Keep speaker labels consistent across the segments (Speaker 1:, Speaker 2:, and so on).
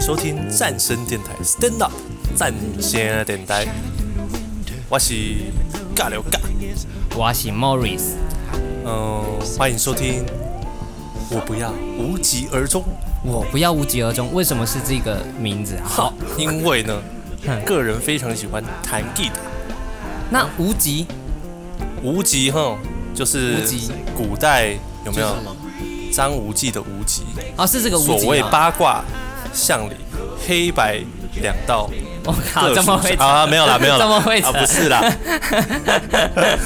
Speaker 1: 收听战声电台 Stand Up 战声电台，我是尬聊尬，
Speaker 2: 我是 Morris，
Speaker 1: 嗯、欢迎收听，我不要无疾而终，
Speaker 2: 我不要无疾而终。为什么是这个名字？啊好，
Speaker 1: 因为 呢
Speaker 2: 嗯，
Speaker 1: 个人非常喜欢弹吉他，
Speaker 2: 那无疾
Speaker 1: 无极哈，就是
Speaker 2: 无极
Speaker 1: 古代有没有
Speaker 2: 就是什么
Speaker 1: 张无忌的无极？
Speaker 2: 啊，是这个无
Speaker 1: 所
Speaker 2: 极
Speaker 1: 谓
Speaker 2: 吗？
Speaker 1: 八卦相里，黑白两道
Speaker 2: 我靠，
Speaker 1: 各
Speaker 2: 这么
Speaker 1: 属
Speaker 2: 会扯
Speaker 1: 啊？没 有啦，没有啦，
Speaker 2: 这么会扯
Speaker 1: 啊？不是啦，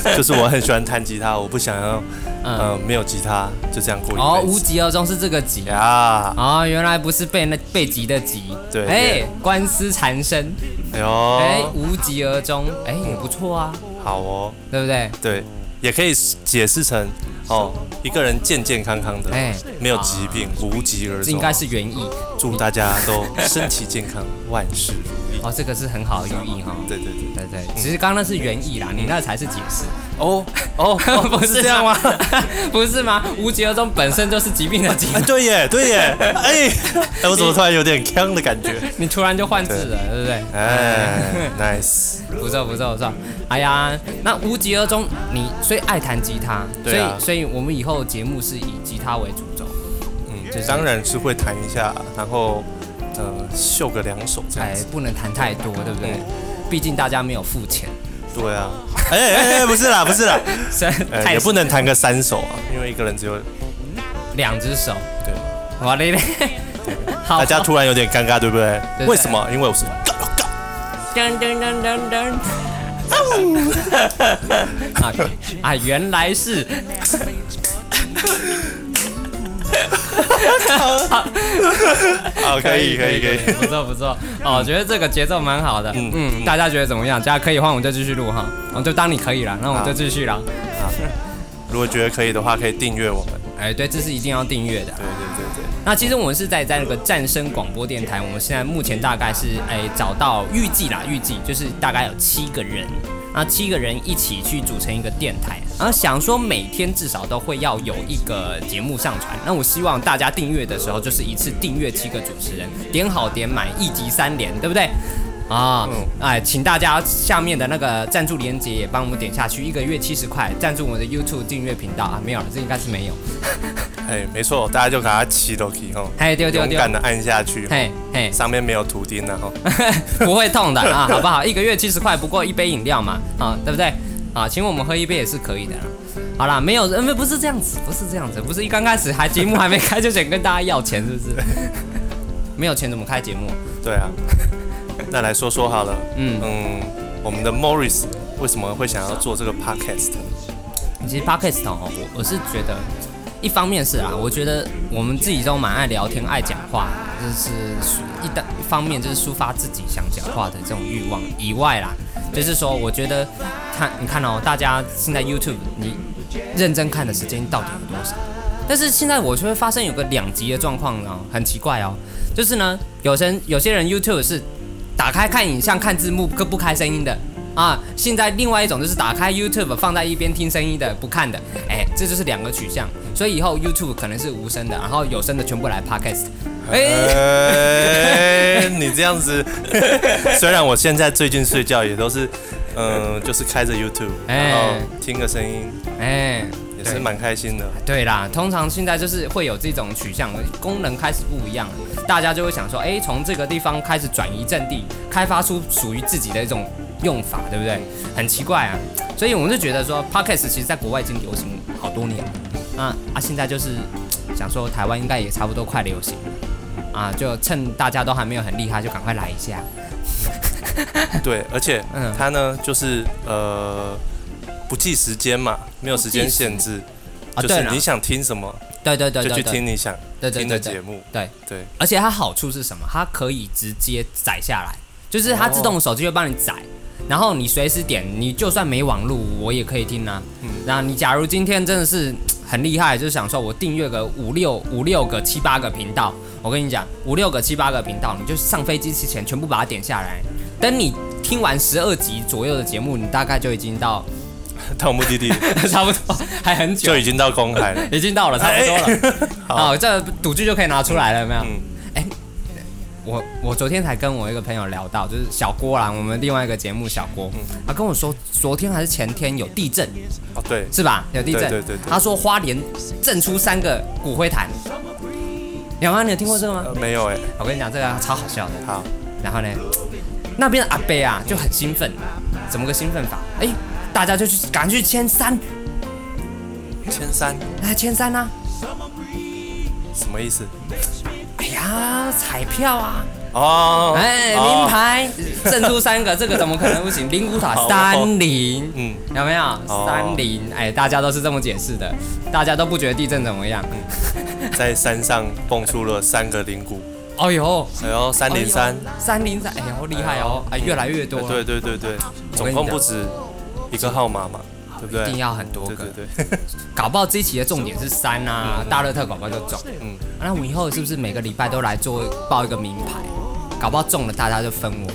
Speaker 1: 就是我很喜欢弹吉他，我不想要
Speaker 2: 嗯，
Speaker 1: 呃没有吉他就这样过
Speaker 2: 哦，
Speaker 1: 一辈
Speaker 2: 无
Speaker 1: 子
Speaker 2: 疾而终是这个疾啊。
Speaker 1: 呀。
Speaker 2: 哦，原来不是被那被急的急，
Speaker 1: 对
Speaker 2: 哎
Speaker 1: 对，
Speaker 2: 官司缠身，
Speaker 1: 哎
Speaker 2: 哎，
Speaker 1: 呦，
Speaker 2: 无疾而终，哎，也不错啊，
Speaker 1: 好哦，
Speaker 2: 对不对？
Speaker 1: 对，也可以解释成哦，一个人健健康康的，
Speaker 2: 哎，
Speaker 1: 没有疾病，无疾而
Speaker 2: 这
Speaker 1: 终。
Speaker 2: 应该是原意，
Speaker 1: 祝大家都身体健康，万事如意。
Speaker 2: 哦，这个是很好的寓意哈。
Speaker 1: 对对对，
Speaker 2: 对对，其实刚刚那是原意啦，你那才是解释，
Speaker 1: 哦 哦
Speaker 2: 不是？
Speaker 1: 是啊这样吗？
Speaker 2: 不是吗？无疾而终本身就是疾病的疾
Speaker 1: 哎，，对耶，对耶， 哎，哎，我怎么突然有点呛的感觉？
Speaker 2: 你突然就换字了，对不对？
Speaker 1: 哎，nice，
Speaker 2: 不错不错不错，哎呀，那无疾而终，你所以爱弹吉他，所
Speaker 1: 对啊
Speaker 2: 以所以我们以后节目是以吉他为主轴，
Speaker 1: 嗯
Speaker 2: 就是，
Speaker 1: 当然是会弹一下，然后呃，秀个两首这样
Speaker 2: 哎
Speaker 1: 子。，
Speaker 2: 不能弹太多，对不对
Speaker 1: 嗯？
Speaker 2: 毕竟大家没有付 钱，
Speaker 1: 对啊，哎哎哎，不是啦， 不是啦，
Speaker 2: 所以
Speaker 1: 呃，也不
Speaker 2: 能
Speaker 1: 能弹个三首啊，因为一个人只有
Speaker 2: 两只手，
Speaker 1: 对，
Speaker 2: 我嘞嘞， 好，
Speaker 1: 大家突然有点尴尬，对不对？
Speaker 2: 对
Speaker 1: 为什么？因为我 是啊
Speaker 2: 噔噔噔噔噔， 啊啊，原来是，
Speaker 1: 好，可以可以可以，
Speaker 2: 不错不错，哦，我觉得这个节奏蛮好的，
Speaker 1: 嗯
Speaker 2: 嗯，大家觉得怎么样？大家可以的话，我们就继续录哈，我们就当你可以了，那我们就继续了。
Speaker 1: 如果觉得可以的话，可以订阅我们。
Speaker 2: 哎，对，这是一定要订阅的。
Speaker 1: 对对对对，
Speaker 2: 那其实我们是在在那个战声广播电台，我们现在目前大概是哎找到预计啦，预计就是大概有七个人，那七个人一起去组成一个电台，然后想说每天至少都会要有一个节目上传。那我希望大家订阅的时候，就是一次订阅七个主持人，点好点满，一集三连，对不对？啊，哎，请大家下面的那个赞助连接也帮我们点下去，一个月七十块，赞助我们的 YouTube 订阅频道啊，没有了，这应该是没有。
Speaker 1: 哎，没错，大家就给它起都起吼，
Speaker 2: 哎，对对
Speaker 1: 勇
Speaker 2: 对，
Speaker 1: 敢的按下去，
Speaker 2: 嘿嘿，
Speaker 1: 上面没有图钉啊 然后。
Speaker 2: 不会痛的啊，好不好？一个月七十块，不过一杯饮料嘛，啊，对不对？啊，请我们喝一杯也是可以的啦。好啦，没有，呃，不是这样子，不是这样子，不是一刚开始还节目还没开就想跟大家要钱，是不是？ 没有钱怎么开节目？
Speaker 1: 对啊，那来说说好了，
Speaker 2: 嗯
Speaker 1: 嗯，我们的 Morris 为什么会想要做这个 podcast？
Speaker 2: 其实 podcast 哦，我我是觉得，一方面是啊，我觉得我们自己都蛮爱聊天、爱讲话，就是抒一的一方面就是抒发自己想讲话的这种欲望以外啦，就是说，我觉得看你看哦，大家现在 YouTube 你认真看的时间到底有多少？但是现在我就会发生有个两极的状况哦，很奇怪哦，就是呢，有些人有些人 YouTube 是打开看影像、看字幕，不不开声音的啊。现在另外一种就是打开 YouTube 放在一边听声音的，不看的，哎、这就是两个取向。所以以后 YouTube 可能是无声的，然后有声的全部来 Podcast，哎、
Speaker 1: 哎，你这样 子，虽然我现在最近睡觉也都是，嗯、就是开着 YouTube，
Speaker 2: 哎
Speaker 1: 然后听个声音，
Speaker 2: 哎、
Speaker 1: 也是蛮开心的。
Speaker 2: 对啦，通常现在就是会有这种取向，功能开始不一样了，大家就会想说，哎，从这个地方开始转移阵地，开发出属于自己的一种用法，对不对？很奇怪啊，所以我们就觉得说，podcast 其实在国外已经流行好多年了，啊啊，现在就是嘖想说台湾应该也差不多快流行了，啊，就趁大家都还没有很厉害，就赶快来一下，
Speaker 1: 对，而且
Speaker 2: 嗯
Speaker 1: 它呢，就是呃，不计时间嘛，没有时间限制，
Speaker 2: 啊，
Speaker 1: 就
Speaker 2: 对
Speaker 1: 是
Speaker 2: 了
Speaker 1: 你，想听什么
Speaker 2: 对对对
Speaker 1: 就
Speaker 2: 对
Speaker 1: 去
Speaker 2: 对，
Speaker 1: 听你想
Speaker 2: 对对
Speaker 1: 听
Speaker 2: 对
Speaker 1: 的
Speaker 2: 对
Speaker 1: 节。目。
Speaker 2: 对
Speaker 1: 对，
Speaker 2: 而且它好处是什么？它可以直接载下来，就是它自动手机会帮你载，然后你随时点，你就算没网路，我也可以听啊。
Speaker 1: 嗯
Speaker 2: 那你假如今天真的是很厉害，就是想说我订阅个五六五六个七八个频道，我跟你讲，五六个七八个频道，你就上飞机之前全部把它点下来，等你听完十二集左右的节目，你大概就已经到
Speaker 1: 到目的地
Speaker 2: 差不多，还很久
Speaker 1: 就，已经到公海 了。
Speaker 2: 已经到了，差不多了。
Speaker 1: 哎 好
Speaker 2: 好，这赌具就可以拿出来了，有没有？
Speaker 1: 嗯，
Speaker 2: 哎我我昨天才跟我一个朋友聊到，就是小郭啦，我们另外一个节目小
Speaker 1: 嗯
Speaker 2: 郭，他跟我说昨天还是前天有地震，
Speaker 1: 哦，对，
Speaker 2: 是吧？有地震，
Speaker 1: 对对对对
Speaker 2: 他说花莲震出三个骨灰坛，有吗？你有听过这个吗？
Speaker 1: 呃没有哎，
Speaker 2: 我跟你讲，这个超好笑的。
Speaker 1: 好，
Speaker 2: 然后呢，那边的阿伯啊就很兴奋，怎么个兴奋法？哎，大家就去赶去签山，
Speaker 1: 千山
Speaker 2: 来签山啊！
Speaker 1: 什么意思？
Speaker 2: 哎呀，彩票啊，
Speaker 1: 哦，
Speaker 2: 哎，
Speaker 1: 哦
Speaker 2: 名，牌震出三个，这个怎么可能不行？灵骨塔
Speaker 1: 好
Speaker 2: 三零，
Speaker 1: 嗯，
Speaker 2: 有没有？三零，哎，大家都是这么解释的，大家都不觉得地震怎么样。
Speaker 1: 嗯在山上蹦出了三个灵骨，
Speaker 2: 哎呦，
Speaker 1: 哎呦，三连三，
Speaker 2: 哎呦，三零三，哎呦，厉害哦，哎，越来越多
Speaker 1: 哎
Speaker 2: 了，
Speaker 1: 对对对对，总
Speaker 2: 我跟
Speaker 1: 共
Speaker 2: 你
Speaker 1: 不
Speaker 2: 讲
Speaker 1: 止一个号码嘛，对不对？
Speaker 2: 一定要很多
Speaker 1: 对
Speaker 2: 个
Speaker 1: 对。对，
Speaker 2: 搞不好这一期的重点是三啊，大乐特搞不好就中。
Speaker 1: 嗯
Speaker 2: 嗯，那我们以后是不是每个礼拜都来做报一个名牌？搞不好中了大家就分我们。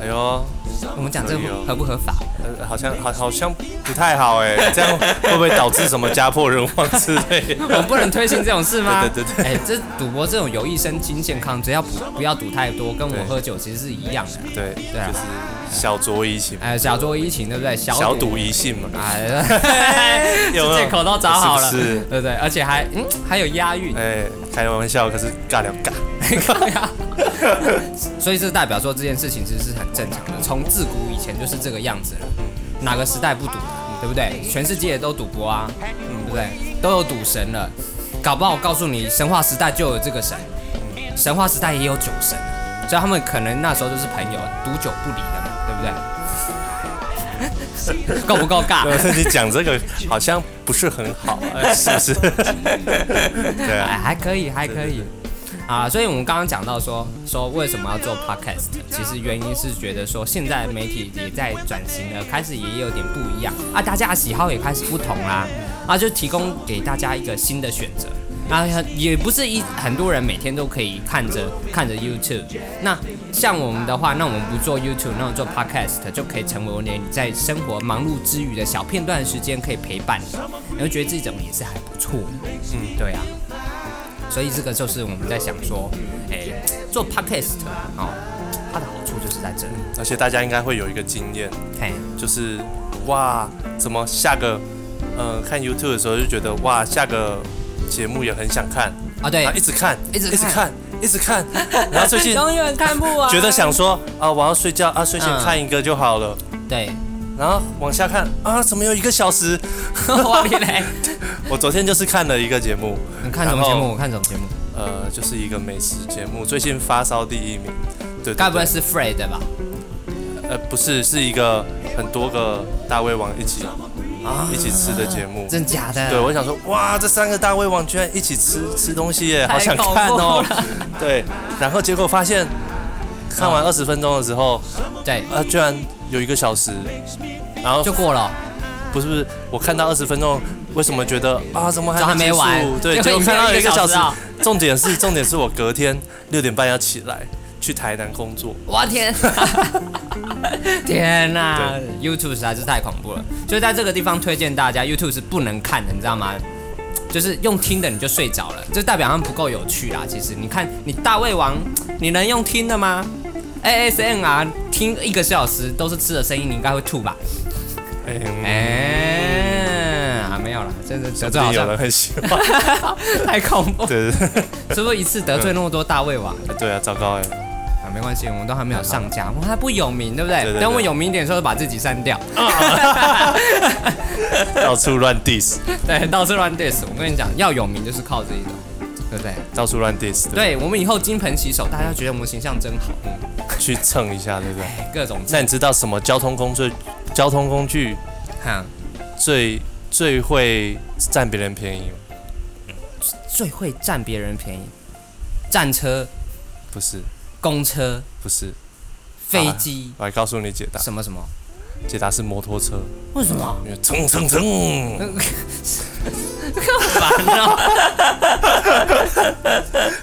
Speaker 1: 哎呦，
Speaker 2: 我们讲这
Speaker 1: 可以哦
Speaker 2: 个合不合法？
Speaker 1: 呃，好像好好像不太好哎， 这样会不会导致什么家破人亡之类的？
Speaker 2: 我们不能推行这种事吗？
Speaker 1: 对对对
Speaker 2: 哎、这赌博这种有益身心健康，只要不不要赌太多，跟我
Speaker 1: 对
Speaker 2: 们喝酒其实是一样的。
Speaker 1: 对，
Speaker 2: 对啊
Speaker 1: 就是小酌怡情，
Speaker 2: 哎、小酌怡情，对不对？小
Speaker 1: 小
Speaker 2: 赌
Speaker 1: 赌怡兴嘛。
Speaker 2: 哎，
Speaker 1: 有没有
Speaker 2: 这借口都找好了，
Speaker 1: 是不是
Speaker 2: 对不对？而且还嗯还有押韵，
Speaker 1: 哎，开玩笑，可是尬聊 尬。
Speaker 2: 所以这代表说这件事情其实是很正常的，从自古以前就是这个样子了，哪个时代不赌，对不对？全世界都赌博啊，对不对？都有赌神了，搞不好我告诉你，神话时代就有这个神，嗯神话时代也有酒神，啊所以他们可能那时候就是朋友，赌酒不离的嘛，对不对？ 够不够尬？
Speaker 1: 对，你讲这个好像不是很好，哎是 不是？对
Speaker 2: 哎，
Speaker 1: 啊，
Speaker 2: 还可以，还可
Speaker 1: 对
Speaker 2: 以。啊，所以我们刚刚讲到说说为什么要做 podcast，其实原因是觉得说现在媒体也在转型了，开始也有点不一样啊，大家的喜好也开始不同啦，啊，就提供给大家一个新的选择。啊，也不是一很多人每天都可以看着看着 YouTube。那像我们的话，那我们不做 YouTube，那我们做 Podcast 就可以成为你在生活忙碌之余的小片段时间可以陪伴你，你会觉得这种也是还不错的。嗯，对啊。所以这个就是我们在想说，哎、做 podcast 哦，它的好处就是在这里，
Speaker 1: 而且大家应该会有一个经验，
Speaker 2: 嘿，
Speaker 1: 就是哇，怎么下个呃看 YouTube 的时候就觉得哇，下个节目也很想看，
Speaker 2: 啊对
Speaker 1: 啊，一直看，
Speaker 2: 一直
Speaker 1: 一直看，一直 看，然后最近
Speaker 2: 永远看不完，
Speaker 1: 觉得想说啊，我要睡觉啊，睡前
Speaker 2: 嗯
Speaker 1: 看一个就好 了，
Speaker 2: 对，
Speaker 1: 然后往下看啊，怎么有一个小 时？
Speaker 2: 我你嘞，
Speaker 1: 我昨天就是看了一个节目，
Speaker 2: 你看什么
Speaker 1: 然后
Speaker 2: 节目？我看什么节目？
Speaker 1: 呃，就是一个美食节目，最近发烧第一名。对对
Speaker 2: 该不
Speaker 1: 对
Speaker 2: 会是 Fred 吧？
Speaker 1: 呃，不是，是一个很多个大胃王一起
Speaker 2: 啊
Speaker 1: 一起吃的节目。
Speaker 2: 真假的？
Speaker 1: 对，我想说，哇，这三个大胃王居然一起吃吃东西耶，好想看哦。对，然后结果发现，看完二十分钟的时候，
Speaker 2: 对，
Speaker 1: 啊，居然有一个小时。然后
Speaker 2: 就过了，
Speaker 1: 不是不是，我看到二十分钟，为什么觉得啊，怎么还
Speaker 2: 这还没
Speaker 1: 结束
Speaker 2: 完
Speaker 1: 对，结
Speaker 2: 结果
Speaker 1: 果
Speaker 2: 已经
Speaker 1: 看到
Speaker 2: 有
Speaker 1: 有
Speaker 2: 一
Speaker 1: 一
Speaker 2: 个
Speaker 1: 个小
Speaker 2: 小
Speaker 1: 时
Speaker 2: 时啊。
Speaker 1: 重点是重点是我隔天六点半要起来去台南工作。
Speaker 2: 我天，天呐、YouTube 实在是太恐怖了，所以在这个地方推荐大家，YouTube 是不能看的，你知道吗？就是用听的你就睡着了，就代表他们不够有趣啦。其实你看，你大胃王，你能用听的吗？ASMR 听一个小时都是吃的声音，你应该会吐吧？
Speaker 1: 哎、
Speaker 2: 哎、啊没有啦，真的
Speaker 1: 小
Speaker 2: 得罪好
Speaker 1: 弟有
Speaker 2: 像
Speaker 1: 人很喜欢。
Speaker 2: 太恐怖，
Speaker 1: 对对对
Speaker 2: 是不是一次得罪那么多大胃王？
Speaker 1: 对啊，糟糕哎。
Speaker 2: 啊，没关系，我们都还没有上架，我们还不有名，对不
Speaker 1: 对对
Speaker 2: 对？
Speaker 1: 对啊
Speaker 2: 等我有名一点的时候，把自己删掉。
Speaker 1: 到处乱 diss，
Speaker 2: 对，到处乱 diss。我跟你讲，要有名就是靠这一个，对不对？
Speaker 1: 到处乱 diss，对
Speaker 2: 对，我们以后金盆洗手，大家觉得我们形象真好，哎
Speaker 1: 去蹭一下，对不对？
Speaker 2: 各种赞。
Speaker 1: 那你知道什么交通工具？交通工具
Speaker 2: 哈，
Speaker 1: 最最会占别人便宜吗？
Speaker 2: 最会占别人便宜，战车、
Speaker 1: 不是，
Speaker 2: 公车、
Speaker 1: 不是，
Speaker 2: 飞机，
Speaker 1: 我来告诉你解答。
Speaker 2: 什么什么？
Speaker 1: 解答是摩托车，
Speaker 2: 为什么？
Speaker 1: 因为蹭蹭蹭，
Speaker 2: 烦哦。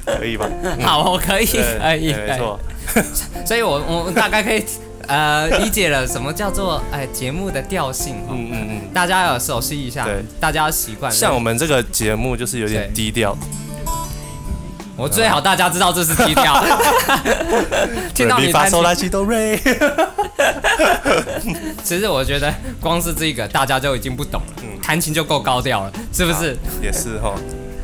Speaker 1: 可 以吧？
Speaker 2: 好，我可以，
Speaker 1: 嗯对
Speaker 2: 可以，
Speaker 1: 对没错。
Speaker 2: 可以。所以我我大概可以呃理解了什么叫做哎节目的调性哦。
Speaker 1: 嗯嗯嗯。
Speaker 2: 大家要熟悉一下
Speaker 1: 对，
Speaker 2: 大家要习惯。
Speaker 1: 像我们这个节目就是有点
Speaker 2: 对
Speaker 1: 低调，
Speaker 2: 我最好大家知道这是 几条，听到你
Speaker 1: 发
Speaker 2: 单
Speaker 1: 收
Speaker 2: 曲，
Speaker 1: 来起哆瑞，
Speaker 2: 其实我觉得光是这个大家就已经不懂了，
Speaker 1: 嗯
Speaker 2: 弹琴就够高调了，是不是？
Speaker 1: 也是哈，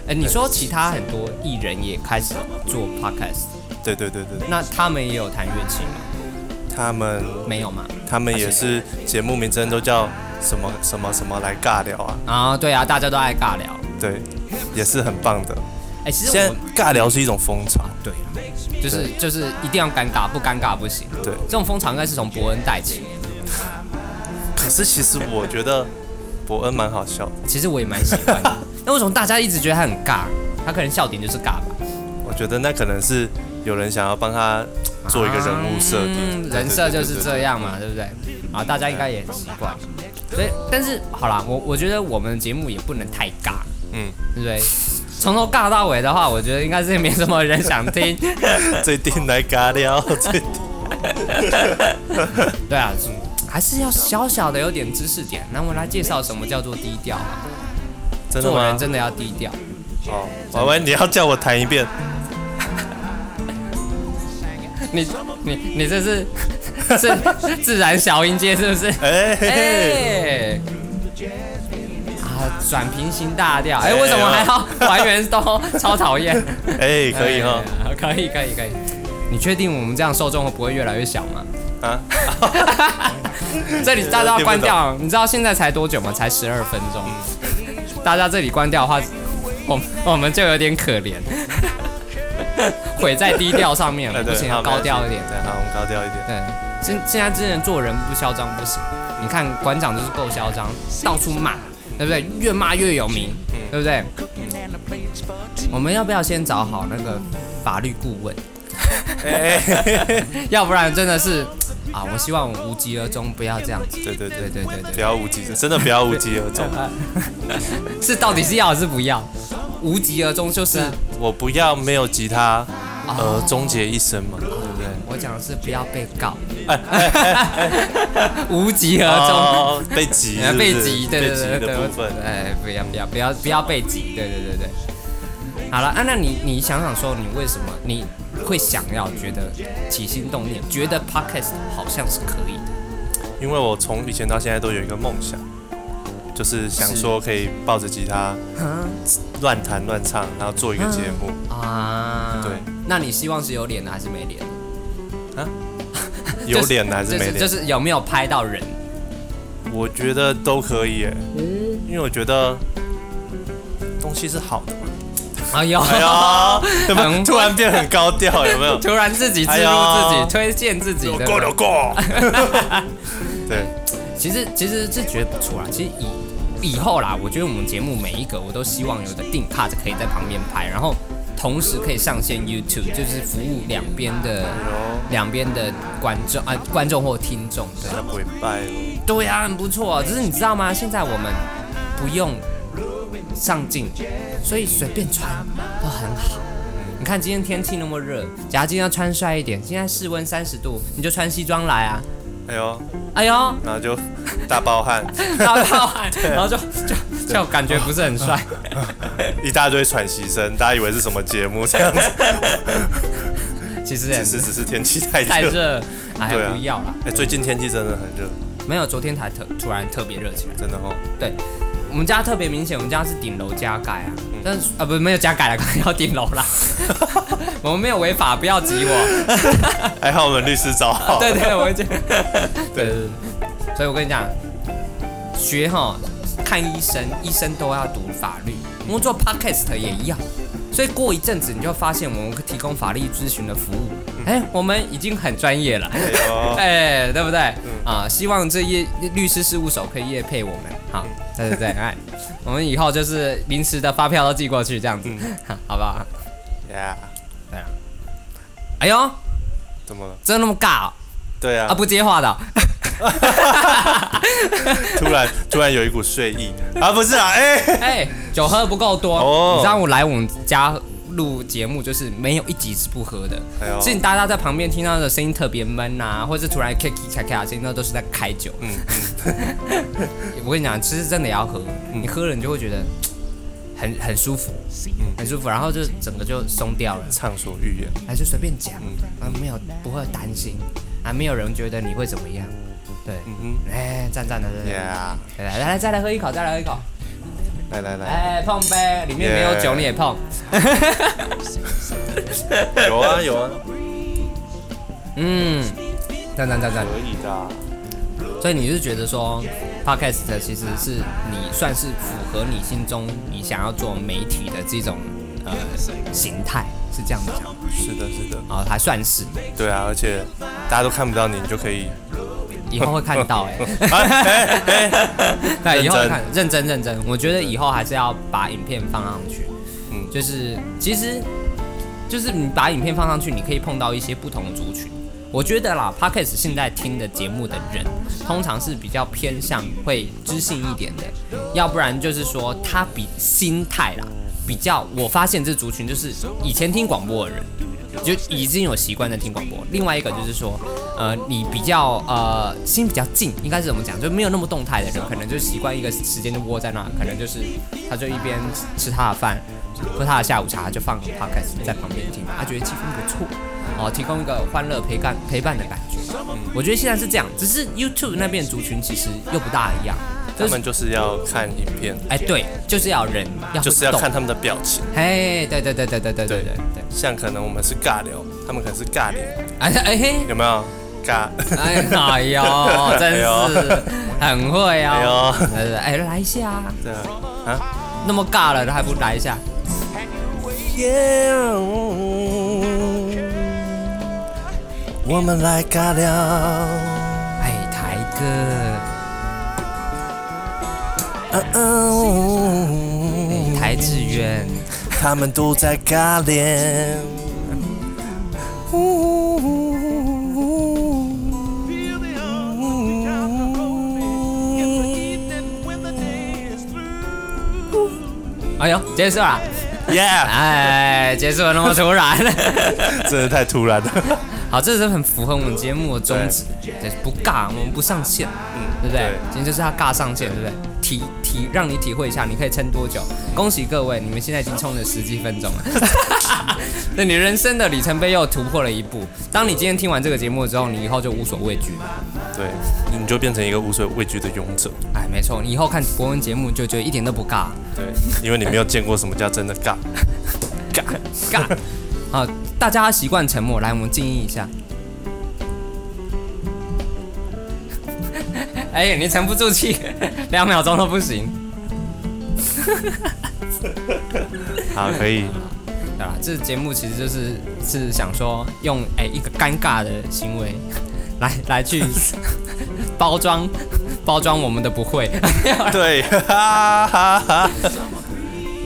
Speaker 2: 哎，你说其他很多艺人也开始做 podcast，
Speaker 1: 对对对对，
Speaker 2: 那他们也有弹乐器吗？
Speaker 1: 他们
Speaker 2: 没有吗？
Speaker 1: 他们也是节目名称都叫什么什么什么来尬聊啊，
Speaker 2: 啊，对啊，大家都爱尬聊。
Speaker 1: 对，也是很棒的。
Speaker 2: 哎，其实
Speaker 1: 现
Speaker 2: 我
Speaker 1: 在尬聊是一种风潮，
Speaker 2: 对啊，就是就是一定要尴尬，不尴尬不行。
Speaker 1: 对
Speaker 2: 这种风潮应该是从伯恩带起。
Speaker 1: 可是其实我觉得伯恩蛮好笑的，
Speaker 2: 其实我也蛮喜 欢的。那为什么大家一直觉得他很尬？他可能笑点就是尬吧，
Speaker 1: 我觉得那可能是有人想要帮他做一个人物设定，
Speaker 2: 嗯
Speaker 1: 对
Speaker 2: 人设就是。
Speaker 1: 对对对对
Speaker 2: 这样嘛，对不对？啊，大家应该也很习惯。所以，但是好啦，我我觉得我们节目也不能太尬，
Speaker 1: 嗯，
Speaker 2: 对不对？从头尬到尾的话，我觉得应该是没什么人想 听。
Speaker 1: 最近来尬聊，最 近
Speaker 2: 对啊，嗯还是要小小的有点知识点。那我们来介绍什么叫做低调啊？
Speaker 1: 真的
Speaker 2: 做
Speaker 1: 吗
Speaker 2: 人？真的要低调。
Speaker 1: 哦，婉婉，你要叫我弹一遍，
Speaker 2: 你你你这是 是自然小音阶是不是？
Speaker 1: 哎、嘿嘿
Speaker 2: 哎，啊，转平行大调，哎、为什么还要 还原都超讨厌？
Speaker 1: 哎、可以哈、
Speaker 2: 哎，可以可以可以。你确定我们这样受众会不会越来越小 吗？
Speaker 1: 啊，
Speaker 2: 这里大家要关掉，你知道现在才多久吗？才十二分钟，大家这里关掉的话，我们我们就有点 可怜，毁在低调上面了，
Speaker 1: 哎
Speaker 2: 不
Speaker 1: 对，
Speaker 2: 行，要
Speaker 1: 好
Speaker 2: 高调一点。
Speaker 1: 对，好，我们高调一点。
Speaker 2: 对，现现在之前做人不嚣张不行，你看馆长就是够嚣张，到处骂，对不对？越骂越有名，
Speaker 1: 嗯
Speaker 2: 对不对？我们要不要先找好那个法律顾问？
Speaker 1: 哎、哎嘿嘿
Speaker 2: 要不然真的是啊，我希望我无疾而终，不要这样子。
Speaker 1: 对对对
Speaker 2: 对对对对
Speaker 1: 不要无疾，真的不要无疾而 终。
Speaker 2: 是到底是要还是不要？无疾而终就是
Speaker 1: 我不要没有吉他而终结一生嘛，对哎不对？
Speaker 2: 我讲的是不要被 告，无疾而终。
Speaker 1: 哦， 被挤
Speaker 2: 呃，
Speaker 1: 是不是
Speaker 2: 啊被挤，对对对
Speaker 1: 被挤的
Speaker 2: 对对
Speaker 1: 部分，
Speaker 2: 哎，不要不要不要不要被挤，对对对对。好了，啊，那你你想想说，你为什么你会想要觉得起心动念，觉得 podcast 好像是可以的？
Speaker 1: 因为我从以前到现在都有一个梦想，就是想说可以抱着吉他乱弹乱唱，然后做一个节目。
Speaker 2: 啊，
Speaker 1: 对。
Speaker 2: 那你希望是有脸的还是没脸的？
Speaker 1: 有脸的还是没
Speaker 2: 就
Speaker 1: 脸
Speaker 2: 是？就是有没有拍到人？
Speaker 1: 我觉得都可以耶，
Speaker 2: 嗯
Speaker 1: 因为我觉得东西是好 的。
Speaker 2: 哎呦，
Speaker 1: 哎呀，怎么
Speaker 2: 很
Speaker 1: 突然变很高调？有没有？
Speaker 2: 突然自己植
Speaker 1: 哎
Speaker 2: 入自己，
Speaker 1: 呦
Speaker 2: 推荐自己
Speaker 1: 有
Speaker 2: 的。
Speaker 1: 过有 过。对，
Speaker 2: 其实其实是觉得不错啦。其实以以后啦，我觉得我们节目每一个我都希望有个定 cut 可以在旁边拍，然后同时可以上线 YouTube，就是服务两边的两边的观众啊、观众或听众。对
Speaker 1: 那不会拜哦。
Speaker 2: 对呀、很不错。啊只是你知道吗？现在我们不用上镜，所以随便穿都很好。你看今天天气那么热，假如今天要穿帅一点，现在室温三十度，你就穿西装来啊！
Speaker 1: 哎呦，
Speaker 2: 哎呦，
Speaker 1: 然后就大暴汗，
Speaker 2: 大爆 汗，
Speaker 1: 啊
Speaker 2: 然后就就就感觉不是很帅。
Speaker 1: 一大堆喘息声，大家以为是什么节目这 样子，
Speaker 2: 其实
Speaker 1: 其
Speaker 2: 也
Speaker 1: 实
Speaker 2: 是
Speaker 1: 只是天气太
Speaker 2: 太
Speaker 1: 热。
Speaker 2: 热，哎
Speaker 1: 对，啊
Speaker 2: 不要啦。
Speaker 1: 哎，最近天气真的很热，
Speaker 2: 没有，昨天才特突然特别热起来。
Speaker 1: 真的哦。
Speaker 2: 对，我们家特别明显，我们家是顶楼加盖啊，
Speaker 1: 嗯
Speaker 2: 但是啊不没有加盖了，要顶楼啦。 我们没有违法，不要挤我。
Speaker 1: 还好我们律师找好。
Speaker 2: 对对，我就对对对。所以我跟你讲，学哈看医生，医生都要读法律，我们做 podcast 也一样。所以过一阵子，你就发现我们提供法律咨询的服务，哎、我们已经很专业了。
Speaker 1: 哎呦
Speaker 2: 哎、对不对？啊，希望这业律师事务所可以业配我们，好，对对对，哎， 我们以后就是临时的发票都寄过去，这样子，好不好？
Speaker 1: 呀，
Speaker 2: 哎呦，
Speaker 1: 怎么了？
Speaker 2: 真的那么尬哦、
Speaker 1: 对
Speaker 2: 啊？
Speaker 1: 啊，
Speaker 2: 不接话的哦、
Speaker 1: 突然突然有一股睡意啊，不是啊，哎，
Speaker 2: 哎，酒喝不够多，
Speaker 1: 哦
Speaker 2: 你知道我来我们家录节目，就是没有一集是不喝的
Speaker 1: 哎。呦
Speaker 2: 所以大家在旁边听到的声音特别闷啊，或者是突然 kiki k k 啊声音，那都是在开酒。
Speaker 1: 嗯 嗯
Speaker 2: 我跟你讲，其实真的也要喝，你喝了你就会觉得。很很舒服，
Speaker 1: 嗯
Speaker 2: 很舒服，然后就整个就松掉了，
Speaker 1: 畅所欲言。
Speaker 2: 还是随便讲，
Speaker 1: 嗯
Speaker 2: 啊，没有不会担心，啊，没有人觉得你会怎么样，对，
Speaker 1: 嗯
Speaker 2: 哎，赞赞的，对对对
Speaker 1: Yeah，
Speaker 2: 对来来来，再来喝一口，再来喝一口，
Speaker 1: 来来来，
Speaker 2: 哎，碰杯，里面没有酒
Speaker 1: Yeah
Speaker 2: 你也碰，哎
Speaker 1: 有啊有啊，
Speaker 2: 嗯，赞赞赞赞，
Speaker 1: 可以的啊。
Speaker 2: 所以你是觉得说，podcast 其实是你算是符合你心中你想要做媒体的这种呃形态，是这样子讲吗？
Speaker 1: 是的，是的，
Speaker 2: 啊，还算是，
Speaker 1: 对啊，而且大家都看不到你，你就可以。
Speaker 2: 以后会看到哎、
Speaker 1: 哎哎哎，
Speaker 2: 对，以后
Speaker 1: 认真
Speaker 2: 看认真认真，我觉得以后还是要把影片放上去。嗯
Speaker 1: 嗯，
Speaker 2: 就是其实就是你把影片放上去，你可以碰到一些不同族群。我觉得啦，Podcast 现在听的节目的人，通常是比较偏向会知性一点的，要不然就是说他比心态啦，比较我发现这族群就是以前听广播的人，就已经有习惯在听广播。另外一个就是说，呃，你比较呃心比较静，应该是怎么讲？就没有那么动态的人，可能就习惯一个时间就窝在那，可能就是他就一边吃他的饭，喝他的下午茶，就放个 podcast 在旁边听，他觉得气氛不错，哦，提供一个欢乐陪伴陪伴的感觉。嗯我觉得现在是这样，只是 YouTube 那边族群其实又不大一样，就
Speaker 1: 他
Speaker 2: 是
Speaker 1: 们就是要看影片，
Speaker 2: 哎对，就是要人要
Speaker 1: 就是要
Speaker 2: 动
Speaker 1: 看他们的表情。
Speaker 2: 哎，对对对对对对对对对，
Speaker 1: 像可能我们是尬聊，他们可能是尬脸，
Speaker 2: 哎哎嘿，
Speaker 1: 有没有？尬，
Speaker 2: 哎哎呦，真是很会
Speaker 1: 哎
Speaker 2: 哦。
Speaker 1: 呦，
Speaker 2: 哎哎，来一下啊，
Speaker 1: 对啊，啊
Speaker 2: 那么尬了还不来一下？
Speaker 1: ，Yeah，我们来尬聊。
Speaker 2: 哎，台哥，
Speaker 1: 嗯嗯，
Speaker 2: 台志远，
Speaker 1: 他们都在尬脸。
Speaker 2: 哎呦，结束了，
Speaker 1: Yeah，
Speaker 2: 哎，结束了那么突然，
Speaker 1: 真的太突然了。
Speaker 2: 好，这是很符合我们节目的宗旨，对，不尬，我们不上线，
Speaker 1: 嗯，
Speaker 2: 对不对？今天就是要尬上线，对不对？体体让你体会一下，你可以撑多久？恭喜各位，你们现在已经冲了十几分钟了，对你人生的里程碑又突破了一步。当你今天听完这个节目之后，你以后就无所畏惧了。
Speaker 1: 对，你就变成一个无所畏惧的勇者。
Speaker 2: 哎，没错，你以后看博文节目就觉得一点都不尬，
Speaker 1: 对，因为你没有见过什么叫真的 尬。尬，
Speaker 2: 尬。 好，大家习惯沉默，来，我们静音一下。 哎、你沉不住气， 两秒钟都不行。
Speaker 1: 好，啊可以。
Speaker 2: 对啦，这节目其实就是是想说用哎、一个尴尬的行为来来去包装包装我们的不会。
Speaker 1: 对，哈哈哈。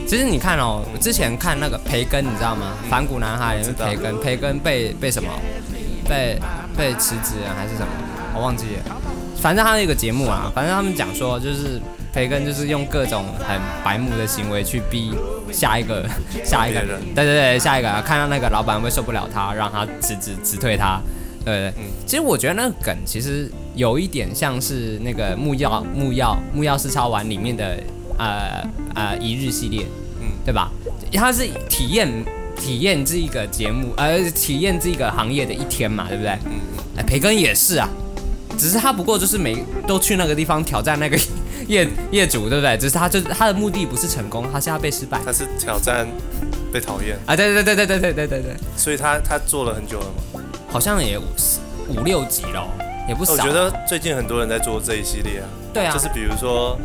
Speaker 2: 其实你看哦，我之前看那个培根，你知道吗？反骨男孩里面培根，培根被被什么？被被辞职了还是什么？我忘记了。反正他那个节目啊，反正他们讲说，就是培根就是用各种很白目的行为去逼下一个 下一个
Speaker 1: 别人
Speaker 2: 对对对，下一个看到那个老板会受不了他，让他辞职辞退他。对对，
Speaker 1: 嗯
Speaker 2: 对其实我觉得那个梗其实有一点像是那个木曜木曜木曜是超玩里面的呃呃一日系列，嗯
Speaker 1: 嗯，
Speaker 2: 对吧？它是体验体验这一个节目，呃，体验这个行业的一天嘛，对不对？嗯，哎，培根也是啊，只是他不过就是每都去那个地方挑战那个 业业主，对不对？只是他就是他的目的不是成功，他是要被失败
Speaker 1: 他是挑战被讨厌，
Speaker 2: 啊！对对对对对对对对对，
Speaker 1: 所以他他做了很久了嘛。
Speaker 2: 好像也五十五六集咯，也不少。
Speaker 1: 我觉得最近很多人在做这一系列啊，
Speaker 2: 对啊，
Speaker 1: 就是比如说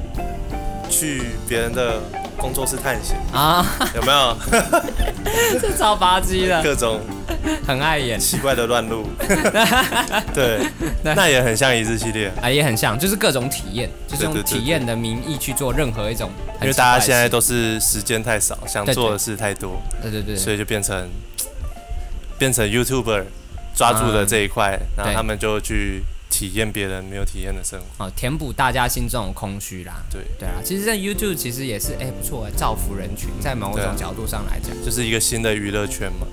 Speaker 1: 去别人的工作室探 险，
Speaker 2: 啊，
Speaker 1: 有没有
Speaker 2: 这超吧唧的，
Speaker 1: 各种
Speaker 2: 很碍眼
Speaker 1: 奇怪的乱 入？对，
Speaker 2: 那
Speaker 1: 那也很像一日系列，
Speaker 2: 啊，也很像，就是各种体验，就是
Speaker 1: 对
Speaker 2: 用
Speaker 1: 对对
Speaker 2: 体验的名义去做任何一种
Speaker 1: 因
Speaker 2: 很
Speaker 1: 为
Speaker 2: 奇怪
Speaker 1: 大家
Speaker 2: 的事。
Speaker 1: 现在都是时间太少，想
Speaker 2: 对对
Speaker 1: 做的事太多，
Speaker 2: 对对对，
Speaker 1: 所以就变成变成 YouTuber 抓住了这一块，然后
Speaker 2: 嗯对
Speaker 1: 他们就去体验别人没有体验的生活。
Speaker 2: 啊，填补大家心中的空虚啦。
Speaker 1: 对，
Speaker 2: 对啊，其实，在 YouTube 其实也是哎、不错哎，造福人群，在某
Speaker 1: 对
Speaker 2: 种
Speaker 1: 啊
Speaker 2: 角度上来讲
Speaker 1: 就是一个新的娱乐圈嘛。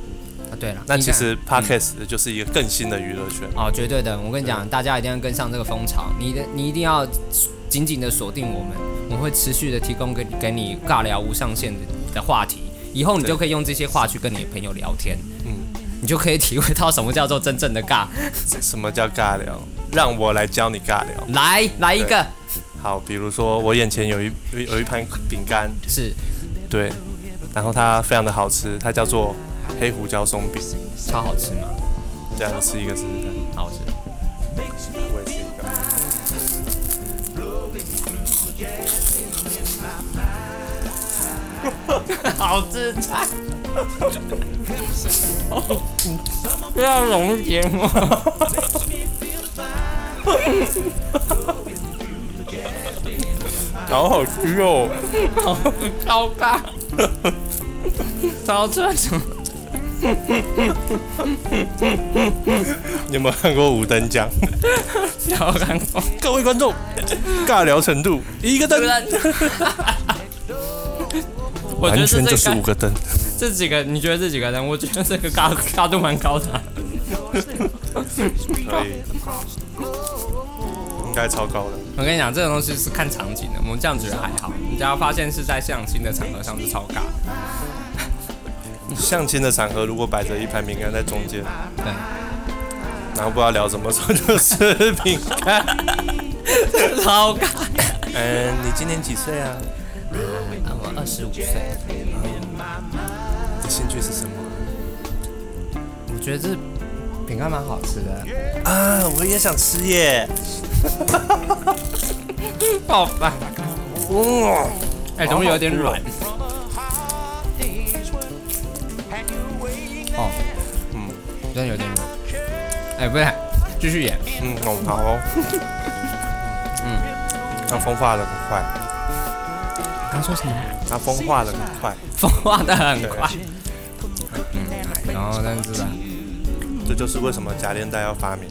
Speaker 2: 啊，对了，
Speaker 1: 那
Speaker 2: 你
Speaker 1: 其
Speaker 2: 看嗯
Speaker 1: 实 podcast 就是一个更新的娱乐圈，
Speaker 2: 哦，绝对的，我跟你讲，大家一定要跟上这个风潮，你一定你一定要紧紧的锁定我们，我们会持续的提供给给你尬聊无上限的的话题，以后你就可以用这些话去跟你的朋友聊天，嗯，你就可以体会到什么叫做真正的尬。
Speaker 1: 什么叫尬聊？让我来教你尬聊。
Speaker 2: 来来一个，
Speaker 1: 好，比如说我眼前有一有有一盘饼干，
Speaker 2: 是
Speaker 1: 对，然后它非常的好吃，它叫做黑胡椒松饼，
Speaker 2: 超好吃吗？
Speaker 1: 这样吃一个试试看，
Speaker 2: 好吃。
Speaker 1: 我也吃一个。
Speaker 2: 好自在。不要容易节目。
Speaker 1: 好好吃哦，
Speaker 2: 超尬，超这种
Speaker 1: 你有没有看过五等奖？
Speaker 2: 超尴尬。
Speaker 1: 各位观众，尬聊程度一个灯
Speaker 2: 不，然啊我觉
Speaker 1: 完
Speaker 2: 得这
Speaker 1: 全就是
Speaker 2: 这
Speaker 1: 五
Speaker 2: 个
Speaker 1: 个灯。
Speaker 2: 这几个，你觉得这几个人？我觉得这个尬尬度蛮高的。
Speaker 1: 可以，应该超高的。
Speaker 2: 我跟你讲，这种东西是看场景的，我们这样觉得还好。你只要发现是在相亲的场合上是超尬，
Speaker 1: 相亲的场合，如果摆着一盘饼干在中间，
Speaker 2: 对，
Speaker 1: 然后不知道聊什么，时候就吃饼干。
Speaker 2: 超尬。
Speaker 1: 嗯，你今年几岁啊？
Speaker 2: 啊，我二十五岁，
Speaker 1: 你兴趣是什么？
Speaker 2: 我觉得这饼干蛮好吃 的。
Speaker 1: 啊，我也想吃耶。
Speaker 2: 爆饭，
Speaker 1: 哇，
Speaker 2: 哎，怎么有点软？哦，
Speaker 1: 嗯
Speaker 2: 真的有点软。哎，不是，继续演。
Speaker 1: 嗯，哦，好哦。嗯，它风化的很快，
Speaker 2: 刚说什么？
Speaker 1: 它风化的很快，
Speaker 2: 风化的很快。嗯，然后但是吧，
Speaker 1: 这就是为什么夹链袋要发明，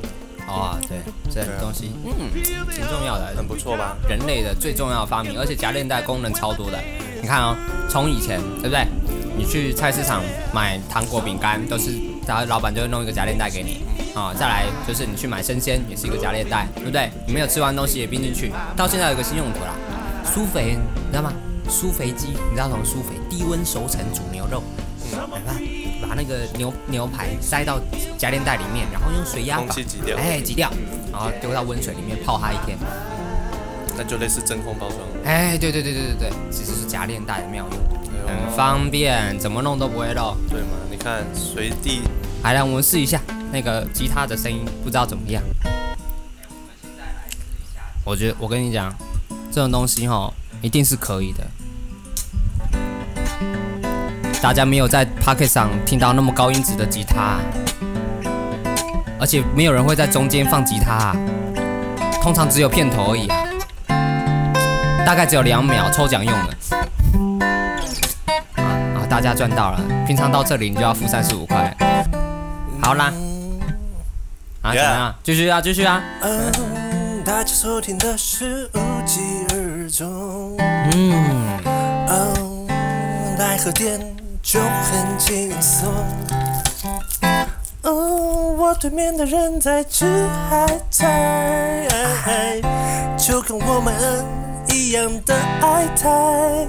Speaker 2: 哦，对，这
Speaker 1: 对啊
Speaker 2: 东西，嗯，挺重要的，
Speaker 1: 很不错吧？
Speaker 2: 人类的最重要的发明，而且夹链袋功能超多的。你看哦，从以前呃对不对？你去菜市场买糖果、饼干，都是他老板就会弄一个夹链袋给你啊、再来就是你去买生鲜，也是一个夹链袋，对不对？你没有吃完东西也冰进去。到现在有一个新用途啦，苏肥，你知道吗？苏肥鸡，你知道什么苏肥？低温熟成煮牛肉，来吧，把那个牛牛排塞到夹链袋里面，然后用水压
Speaker 1: 空
Speaker 2: 把
Speaker 1: 气挤掉，
Speaker 2: 哎挤掉，然后丢到温水里面泡它一天。
Speaker 1: 那就类似真空包装。
Speaker 2: 哎，对对对对对对，其实是夹链袋的妙用，
Speaker 1: 哎呦
Speaker 2: 很方便，怎么弄都不会漏。
Speaker 1: 对嘛？你看，随地
Speaker 2: 来，让我们试一下那个吉他的声音，不知道怎么样。我觉得，我跟你讲，这种东西哈，一定是可以的。大家没有在 Pocket 上听到那么高音质的吉他，而且没有人会在中间放吉他，通常只有片头而已啊，大概只有两秒，抽奖用的。啊啊！大家赚到了，平常到这里你就要付三十五块。好啦，啊，怎么样？继续啊，继续啊。
Speaker 1: 嗯，大家收听的是无疾而终。
Speaker 2: 嗯，
Speaker 1: 嗯，来喝点酒很轻松。哦，我对面的人在吃海苔，就跟我们一样的爱台，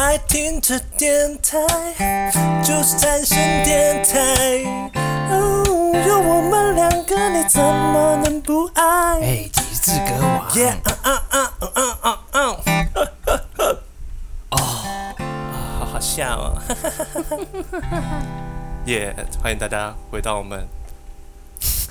Speaker 1: 爱听着电台，就是战神电台。哦，有我们两个，你怎么能不爱？
Speaker 2: 哎，极致歌王。
Speaker 1: Yeah，啊啊啊啊啊啊啊！ 哦，uh. 好好笑啊！耶、欢迎大家回到我们。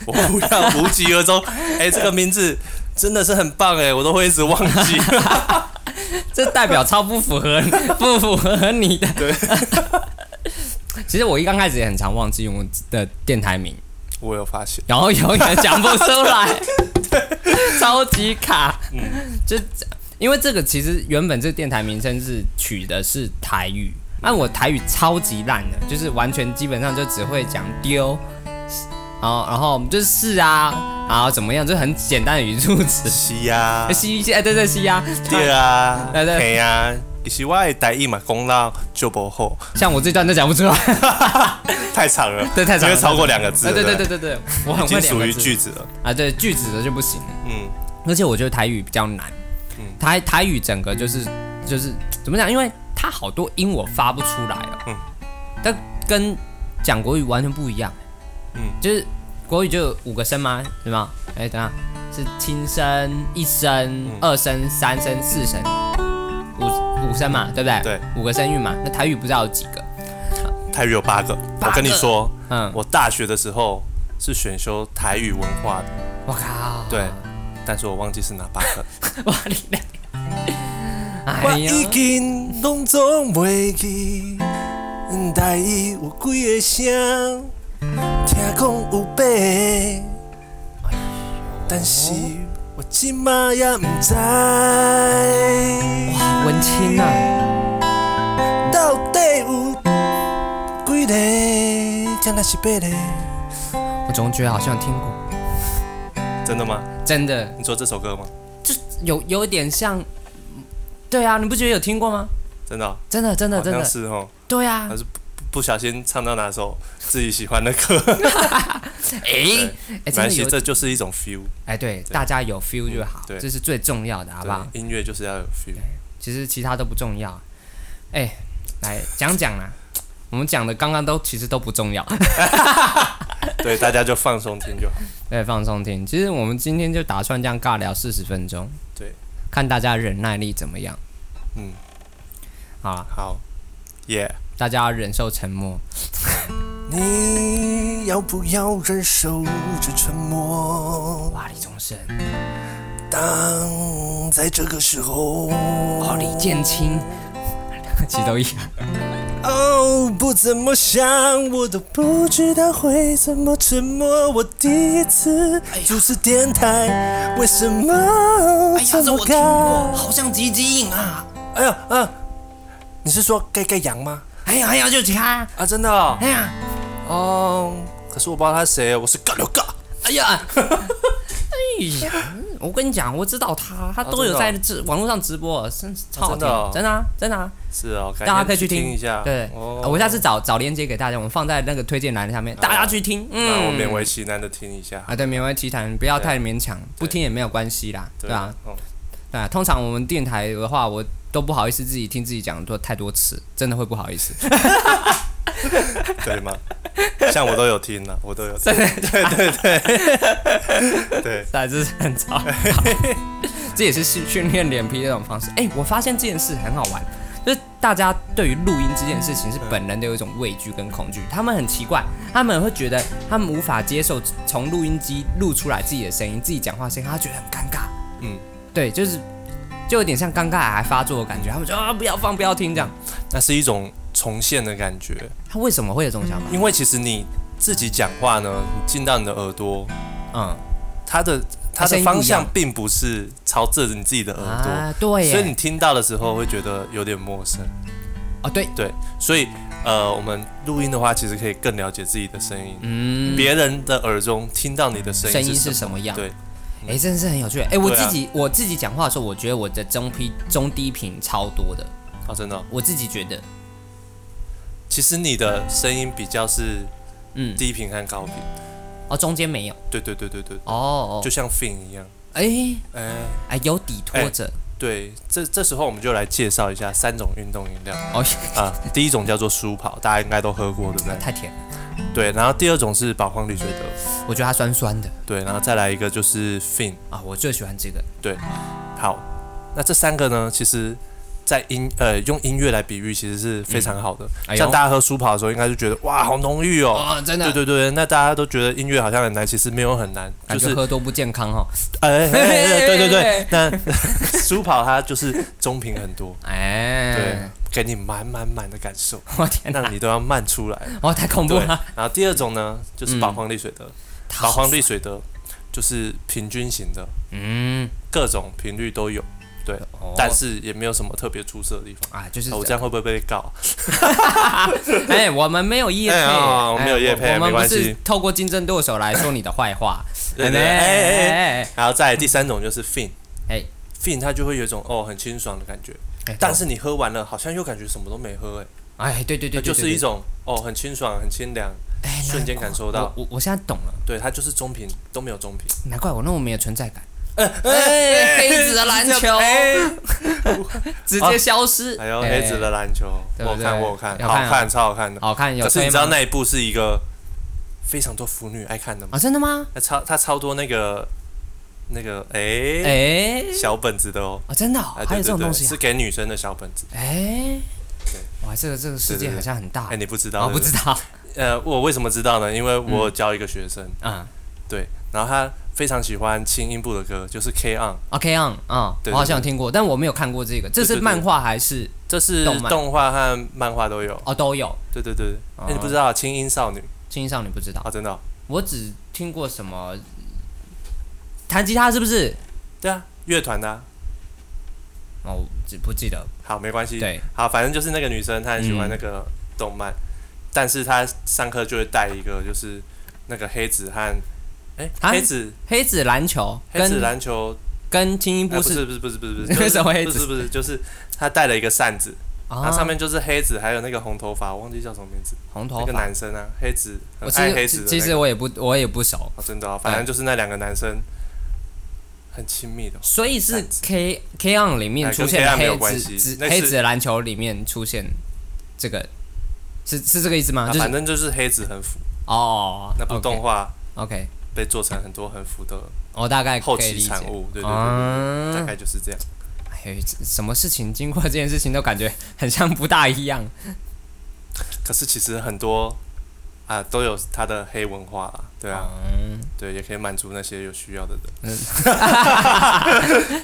Speaker 1: 我不要无疾而 终。哎、这个名字真的是很棒哎，我都会一直忘记。
Speaker 2: 这代表超不符合， 不符合你的。
Speaker 1: 对，
Speaker 2: 其实我一刚开始也很常忘记我的电台名，
Speaker 1: 我有发现，
Speaker 2: 然后永远讲不出来， 超级卡。
Speaker 1: 嗯
Speaker 2: 就因为这个，其实原本这个电台名称是取的是台语，但我台语超级烂的，就是完全基本上就只会讲丢。然后，然后就是是啊，然后怎么样，就很简单的语助词。
Speaker 1: 是呀、
Speaker 2: 西一些，哎，对对，西呀。
Speaker 1: 对啊，
Speaker 2: 对对
Speaker 1: 嘿呀、也是我的台语嘛，讲到就不好，
Speaker 2: 像我这段都讲不出来。
Speaker 1: 太长了，
Speaker 2: 对太长
Speaker 1: 因为
Speaker 2: 了
Speaker 1: 超过两个字
Speaker 2: 哎，
Speaker 1: 了，
Speaker 2: 对
Speaker 1: 不
Speaker 2: 对对，对对，我很
Speaker 1: 已经
Speaker 2: 会两
Speaker 1: 属
Speaker 2: 个
Speaker 1: 于
Speaker 2: 字
Speaker 1: 句子了。
Speaker 2: 啊，对句子的就不行了。
Speaker 1: 嗯，
Speaker 2: 而且我觉得台语比较难，
Speaker 1: 嗯
Speaker 2: 台台语整个就是就是怎么讲？因为它好多音我发不出来了，
Speaker 1: 嗯
Speaker 2: 但跟讲国语完全不一样，
Speaker 1: 嗯
Speaker 2: 就是国语就有五个声嘛，对吗？哎、等一下是轻声、一声、
Speaker 1: 嗯
Speaker 2: 二声、三声、四声，五五声嘛，对不对？
Speaker 1: 对，
Speaker 2: 五个声韵嘛。那台语不知道有几个？
Speaker 1: 台语有八个，
Speaker 2: 八
Speaker 1: 我跟你
Speaker 2: 个
Speaker 1: 说，
Speaker 2: 嗯，
Speaker 1: 我大学的时候是选修台语文化的，
Speaker 2: 我靠，
Speaker 1: 对，但是我忘记是哪八个。
Speaker 2: 哇，你嘞，
Speaker 1: 我
Speaker 2: 哎呀，
Speaker 1: 已经拢总袂记，台语有几个声，听讲有八个，但是我即马也毋知，
Speaker 2: 哇，文青啊！
Speaker 1: 到底有几个，敢若是八个？
Speaker 2: 我总觉得好像听过，
Speaker 1: 真的吗？
Speaker 2: 真的
Speaker 1: 你说这首歌吗？
Speaker 2: 就有有一点像，对啊，你不觉得有听过吗？
Speaker 1: 真的哦、
Speaker 2: 真的，真的，
Speaker 1: 好
Speaker 2: 真
Speaker 1: 像
Speaker 2: 的，
Speaker 1: 是哦，
Speaker 2: 对啊
Speaker 1: 好像，不小心唱到哪 首自己喜欢的歌，
Speaker 2: 哎哎，
Speaker 1: 没
Speaker 2: 真
Speaker 1: 关
Speaker 2: 的
Speaker 1: 系，
Speaker 2: 有，
Speaker 1: 这就是一种 feel。
Speaker 2: 哎，对，大家有 feel 就好，
Speaker 1: 嗯对
Speaker 2: 这是最重要的，好不好？
Speaker 1: 对，音乐就是要有 feel。
Speaker 2: 其实其他都不重要，哎，来讲讲啦，我们讲的刚刚都其实都不重 要，
Speaker 1: 对，大家就放松听就好。
Speaker 2: 对，放松听。其实我们今天就打算这样尬聊四十分钟，
Speaker 1: 对，
Speaker 2: 看大家忍耐力怎么样。
Speaker 1: 嗯，
Speaker 2: 好啊啦，
Speaker 1: 好，耶、
Speaker 2: 大家要忍受沉默。
Speaker 1: 你要不要忍受着沉默？
Speaker 2: 哇，李宗盛，
Speaker 1: 当在这个时候，
Speaker 2: 哦，李建清， 其实都一样。
Speaker 1: 哦，不怎么想，我都不知道会怎么沉默。我第一次
Speaker 2: 哎
Speaker 1: 主持电台，为什么
Speaker 2: 哎呀，
Speaker 1: 这
Speaker 2: 这
Speaker 1: 么
Speaker 2: 我听
Speaker 1: 干？
Speaker 2: 过，好像吉吉影啊！
Speaker 1: 哎呀，啊，你是说盖盖羊吗？
Speaker 2: 哎呀哎呀，就是他！
Speaker 1: 啊，真的、哦？
Speaker 2: 哎呀
Speaker 1: 哦，可是我不知道他是谁，我是尬聊尬。
Speaker 2: 哎 呀，哎呀！我跟你讲，我知道他，他都有在直网络上直播，哦真是超好听
Speaker 1: 真的哦，
Speaker 2: 真的啊真的啊！
Speaker 1: 是哦，改
Speaker 2: 大家
Speaker 1: 天
Speaker 2: 可以去
Speaker 1: 去
Speaker 2: 听
Speaker 1: 一下。
Speaker 2: 对，啊呃
Speaker 1: 哦，
Speaker 2: 我下次找找链接给大家，我们放在那个推荐栏下面，大家去听。
Speaker 1: 那我
Speaker 2: 嗯，
Speaker 1: 勉为其难的听一下。
Speaker 2: 啊，对，勉为其难，不要太勉强，不听也没有关系啦，对啊，
Speaker 1: 哦，
Speaker 2: 对啊。通常我们电台的话，我都不好意思自己听自己讲多太多次，真的会不好意思。
Speaker 1: 对吗？像我都有听了，我都有听。 对对对对，
Speaker 2: 但这是很糟糕， 这也是训训练脸皮的一种方式。哎、我发现这件事很好玩，就是大家对于录音这件事情是本能的有一种畏惧跟恐惧，他们很奇怪，他们会觉得他们无法接受从录音机录出来自己的声音，自己讲话声音，他觉得很尴尬。
Speaker 1: 嗯，
Speaker 2: 对，就是就有点像尴尬癌发作的感觉，他们说啊不要放不要听这样。
Speaker 1: 那是一种重现的感觉，
Speaker 2: 他为什么会有这种想法？
Speaker 1: 因为其实你自己讲话呢，你进到你的耳朵，
Speaker 2: 嗯，
Speaker 1: 它的它
Speaker 2: 声
Speaker 1: 的
Speaker 2: 音不一
Speaker 1: 方
Speaker 2: 样
Speaker 1: 向并不是朝着你自己的耳朵，
Speaker 2: 啊，对耶，
Speaker 1: 所以你听到的时候会觉得有点陌生。
Speaker 2: 哦对，
Speaker 1: 对，所以呃，我们录音的话，其实可以更了解自己的声音，
Speaker 2: 嗯，
Speaker 1: 别人的耳中听到你的声
Speaker 2: 声
Speaker 1: 音
Speaker 2: 音是
Speaker 1: 是
Speaker 2: 什么样？
Speaker 1: 对，
Speaker 2: 哎、真的是很有趣。哎、我
Speaker 1: 对啊
Speaker 2: 自己、我自己讲话的时候，我觉得我的中批中低频超多的，
Speaker 1: 哦，真的哦、
Speaker 2: 我自己觉得，
Speaker 1: 其实你的声音比较是
Speaker 2: 嗯，
Speaker 1: 低频和高频，
Speaker 2: 哦，中间没有，
Speaker 1: 对对对对对，
Speaker 2: 哦，
Speaker 1: 就像 fin 一样。
Speaker 2: 哎哎、
Speaker 1: 哎、
Speaker 2: 有底拖着，
Speaker 1: 对，这这时候我们就来介绍一下三种运动饮料
Speaker 2: 哦，
Speaker 1: 啊、第一种叫做舒跑，大家应该都喝过，对不对？
Speaker 2: 太甜了，
Speaker 1: 对，然后第二种是宝矿力水德，
Speaker 2: 我觉得它酸酸的
Speaker 1: 对，然后再来一个就是 fin。
Speaker 2: 啊，我最喜欢这个。
Speaker 1: 好，那这三个呢，其实。在音呃用音乐来比喻，其实是非常好的。
Speaker 2: 哎呦
Speaker 1: 像大家喝舒跑的时候，应该就觉得哇，好浓郁哦。
Speaker 2: 哦，真的，
Speaker 1: 对对对，那大家都觉得音乐好像很难，其实没有很难，就
Speaker 2: 感觉
Speaker 1: 是
Speaker 2: 喝多不健康哦。
Speaker 1: 哎，哎 哎对对对，那舒跑它就是中频很多，
Speaker 2: 哎、
Speaker 1: 对，给你满满满的感 受，
Speaker 2: 我天哪，
Speaker 1: 让你都要慢出来。
Speaker 2: 哦，太恐怖
Speaker 1: 对，
Speaker 2: 了，
Speaker 1: 然后第二种呢，就是
Speaker 2: 嗯
Speaker 1: 宝矿力水德，
Speaker 2: 它
Speaker 1: 宝
Speaker 2: 好
Speaker 1: 矿力水德就是平均型的，
Speaker 2: 嗯，
Speaker 1: 各种频率都有，
Speaker 2: 哦
Speaker 1: 但是也没有什么特别出色的地方。
Speaker 2: 啊，就是
Speaker 1: 啊我这样会不会被告？
Speaker 2: 哎、我们没有业配，
Speaker 1: 哎哦我们没有业配
Speaker 2: 我我
Speaker 1: 没
Speaker 2: 们不
Speaker 1: 关
Speaker 2: 是
Speaker 1: 系
Speaker 2: 透过竞争对手来说你的坏话。
Speaker 1: 对对对哎哎哎
Speaker 2: 哎
Speaker 1: 然后再来第三种就是 fin，
Speaker 2: 哎
Speaker 1: fin 它就会有一种哦很清爽的感觉，
Speaker 2: 哎，
Speaker 1: 但是你喝完了好像又感觉什么都没喝，哎，
Speaker 2: 哎，对对对，
Speaker 1: 那就
Speaker 2: 对
Speaker 1: 是
Speaker 2: 对
Speaker 1: 一种哦很清爽、很清凉，
Speaker 2: 哎
Speaker 1: 瞬间感受到。
Speaker 2: 我我我现在懂了，
Speaker 1: 对，它就是中频，都没有中频。
Speaker 2: 难怪我那么没有存在感。哎，黑子的篮球
Speaker 1: 哎
Speaker 2: 直接消失。
Speaker 1: 还有哎黑子的篮球，
Speaker 2: 哎对不
Speaker 1: 我
Speaker 2: 对
Speaker 1: 看我看，
Speaker 2: 有
Speaker 1: 好
Speaker 2: 看啊
Speaker 1: 看超好看的
Speaker 2: 哎，。好看有
Speaker 1: 可是
Speaker 2: 推
Speaker 1: 你知道
Speaker 2: 吗？
Speaker 1: 那一部是一个非常多腐女爱看的吗？
Speaker 2: 啊，真的吗？
Speaker 1: 它超它超多那个那个哎
Speaker 2: 哎，
Speaker 1: 小本子的哦，
Speaker 2: 啊，真的哦
Speaker 1: 哎，
Speaker 2: 还
Speaker 1: 对
Speaker 2: 有这
Speaker 1: 对
Speaker 2: 种
Speaker 1: 对，
Speaker 2: 东西
Speaker 1: 是
Speaker 2: 啊？
Speaker 1: 给女生的小本子。
Speaker 2: 哎，哇，这个这个世
Speaker 1: 对
Speaker 2: 界
Speaker 1: 对对
Speaker 2: 好像很大
Speaker 1: 哎，。你不知道？
Speaker 2: 啊，
Speaker 1: 对
Speaker 2: 不
Speaker 1: 对
Speaker 2: 知道，
Speaker 1: 呃，我为什么知道呢？因为我教一个学生，
Speaker 2: 嗯
Speaker 1: 对，然后他非常喜欢轻音部的歌，就是 K on，
Speaker 2: ，OK on，嗯，
Speaker 1: 对对
Speaker 2: 我好像有听过，但我没有看过这个，这
Speaker 1: 对
Speaker 2: 是
Speaker 1: 对
Speaker 2: 漫画还是
Speaker 1: 这是
Speaker 2: 动漫
Speaker 1: 动画和漫画都有。
Speaker 2: 哦都有？
Speaker 1: 对对对，
Speaker 2: 哦
Speaker 1: 哎，你不知道轻音少女
Speaker 2: 青少年不知道，
Speaker 1: 啊？真的哦？
Speaker 2: 我只听过什么弹吉他是不是？
Speaker 1: 对啊，乐团的啊。
Speaker 2: 哦，我只不记得，
Speaker 1: 好，没关系。
Speaker 2: 对，嗯
Speaker 1: 好，反正就是那个女生，她很喜欢那个动漫，但是她上课就会带一个，就是那个黑子和哎、
Speaker 2: 啊
Speaker 1: 黑子
Speaker 2: 黑子篮球
Speaker 1: 黑子
Speaker 2: 跟
Speaker 1: 篮球，
Speaker 2: 跟精英
Speaker 1: 哎
Speaker 2: 部
Speaker 1: 不
Speaker 2: 是
Speaker 1: 是不是不是不是不是，
Speaker 2: 为
Speaker 1: 就是
Speaker 2: 什么黑子
Speaker 1: 不是不是就是她带了一个扇子，然
Speaker 2: 啊
Speaker 1: 后上面就是黑子，还有那个红头发，我忘记叫什么名字，
Speaker 2: 红
Speaker 1: 那
Speaker 2: 头
Speaker 1: 个
Speaker 2: 发。
Speaker 1: 男生啊，黑子很
Speaker 2: 我其
Speaker 1: 爱黑子的、
Speaker 2: 实
Speaker 1: 那个，
Speaker 2: 其实我嗯也不我也不熟，
Speaker 1: 哦真的、哦，反正就是那两个男生很亲密的哦、
Speaker 2: 所以是
Speaker 1: 篮子
Speaker 2: K K on 里面
Speaker 1: 哎
Speaker 2: 出
Speaker 1: 跟
Speaker 2: 现
Speaker 1: K on 没有
Speaker 2: 黑
Speaker 1: 关
Speaker 2: 子
Speaker 1: 系
Speaker 2: 子
Speaker 1: 那是
Speaker 2: 黑子的篮球里面出现这个是是这个意思吗？
Speaker 1: 啊
Speaker 2: 就是
Speaker 1: 反正就是黑子很腐，
Speaker 2: 哦，
Speaker 1: 那部动画
Speaker 2: OK，
Speaker 1: 被做成很多很腐的
Speaker 2: 我大概
Speaker 1: 后
Speaker 2: 可
Speaker 1: 期
Speaker 2: 以理
Speaker 1: 产
Speaker 2: 解。
Speaker 1: 物，对对对
Speaker 2: 嗯
Speaker 1: 大概就是这样。
Speaker 2: 哎，这什么事情经过这件事情都感觉很像不大一样。
Speaker 1: 可是其实很多啊都有它的黑文化啦，对啊，
Speaker 2: 嗯，
Speaker 1: 对，也可以满足那些有需要的 人。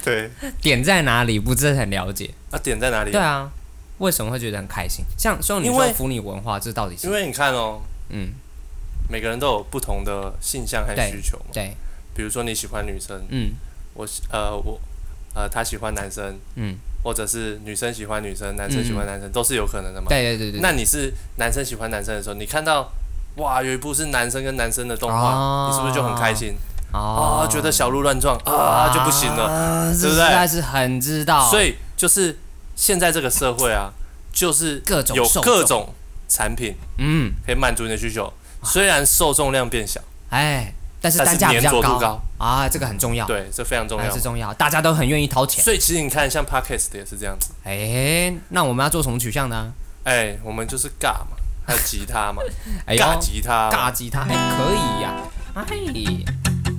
Speaker 1: 对，
Speaker 2: 点在哪里不是很了解。
Speaker 1: 那、点在哪里？
Speaker 2: 对啊，为什么会觉得很开心？像像你
Speaker 1: 因
Speaker 2: 说
Speaker 1: 为
Speaker 2: 腐女文化，这到底
Speaker 1: 因
Speaker 2: 是
Speaker 1: 为你看哦，
Speaker 2: 嗯
Speaker 1: 每个人都有不同的性向和
Speaker 2: 对
Speaker 1: 需求嘛。
Speaker 2: 对
Speaker 1: 比如说你喜欢女生，
Speaker 2: 嗯
Speaker 1: 我喜呃我呃他喜欢男生，
Speaker 2: 嗯
Speaker 1: 或者是女生喜欢女生，男生喜欢男生，都是有可能的嘛。
Speaker 2: 对对对对。
Speaker 1: 那你是男生喜欢男生的时候，你看到哇有一部是男生跟男生的动画，
Speaker 2: 哦
Speaker 1: 你是不是就很开心
Speaker 2: 哦
Speaker 1: 啊？觉得小鹿乱撞啊就不行了。
Speaker 2: 啊
Speaker 1: 对
Speaker 2: 这
Speaker 1: 不对
Speaker 2: 实在是很知道。
Speaker 1: 所
Speaker 2: 以
Speaker 1: 以就是现在这个社会啊，就是
Speaker 2: 各种
Speaker 1: 有
Speaker 2: 受
Speaker 1: 各
Speaker 2: 众
Speaker 1: 种产品
Speaker 2: 嗯，
Speaker 1: 可以满足你的需求，虽然受众量变小，
Speaker 2: 哎，但是
Speaker 1: 但
Speaker 2: 单
Speaker 1: 是
Speaker 2: 价比
Speaker 1: 粘
Speaker 2: 较
Speaker 1: 着度
Speaker 2: 高
Speaker 1: 高，
Speaker 2: 啊，这个很重要，
Speaker 1: 对，这非常重
Speaker 2: 哎，
Speaker 1: 要
Speaker 2: 是。重要，大家都很愿意掏钱。
Speaker 1: 所以其实你看，像 podcast 也是这样子，
Speaker 2: 哎，那我们要做什么取向呢？
Speaker 1: 哎，我们就是尬嘛，还有吉他嘛，
Speaker 2: 哎呦，
Speaker 1: 尬吉他嘛，
Speaker 2: 尬吉他，哎，可以呀，哎，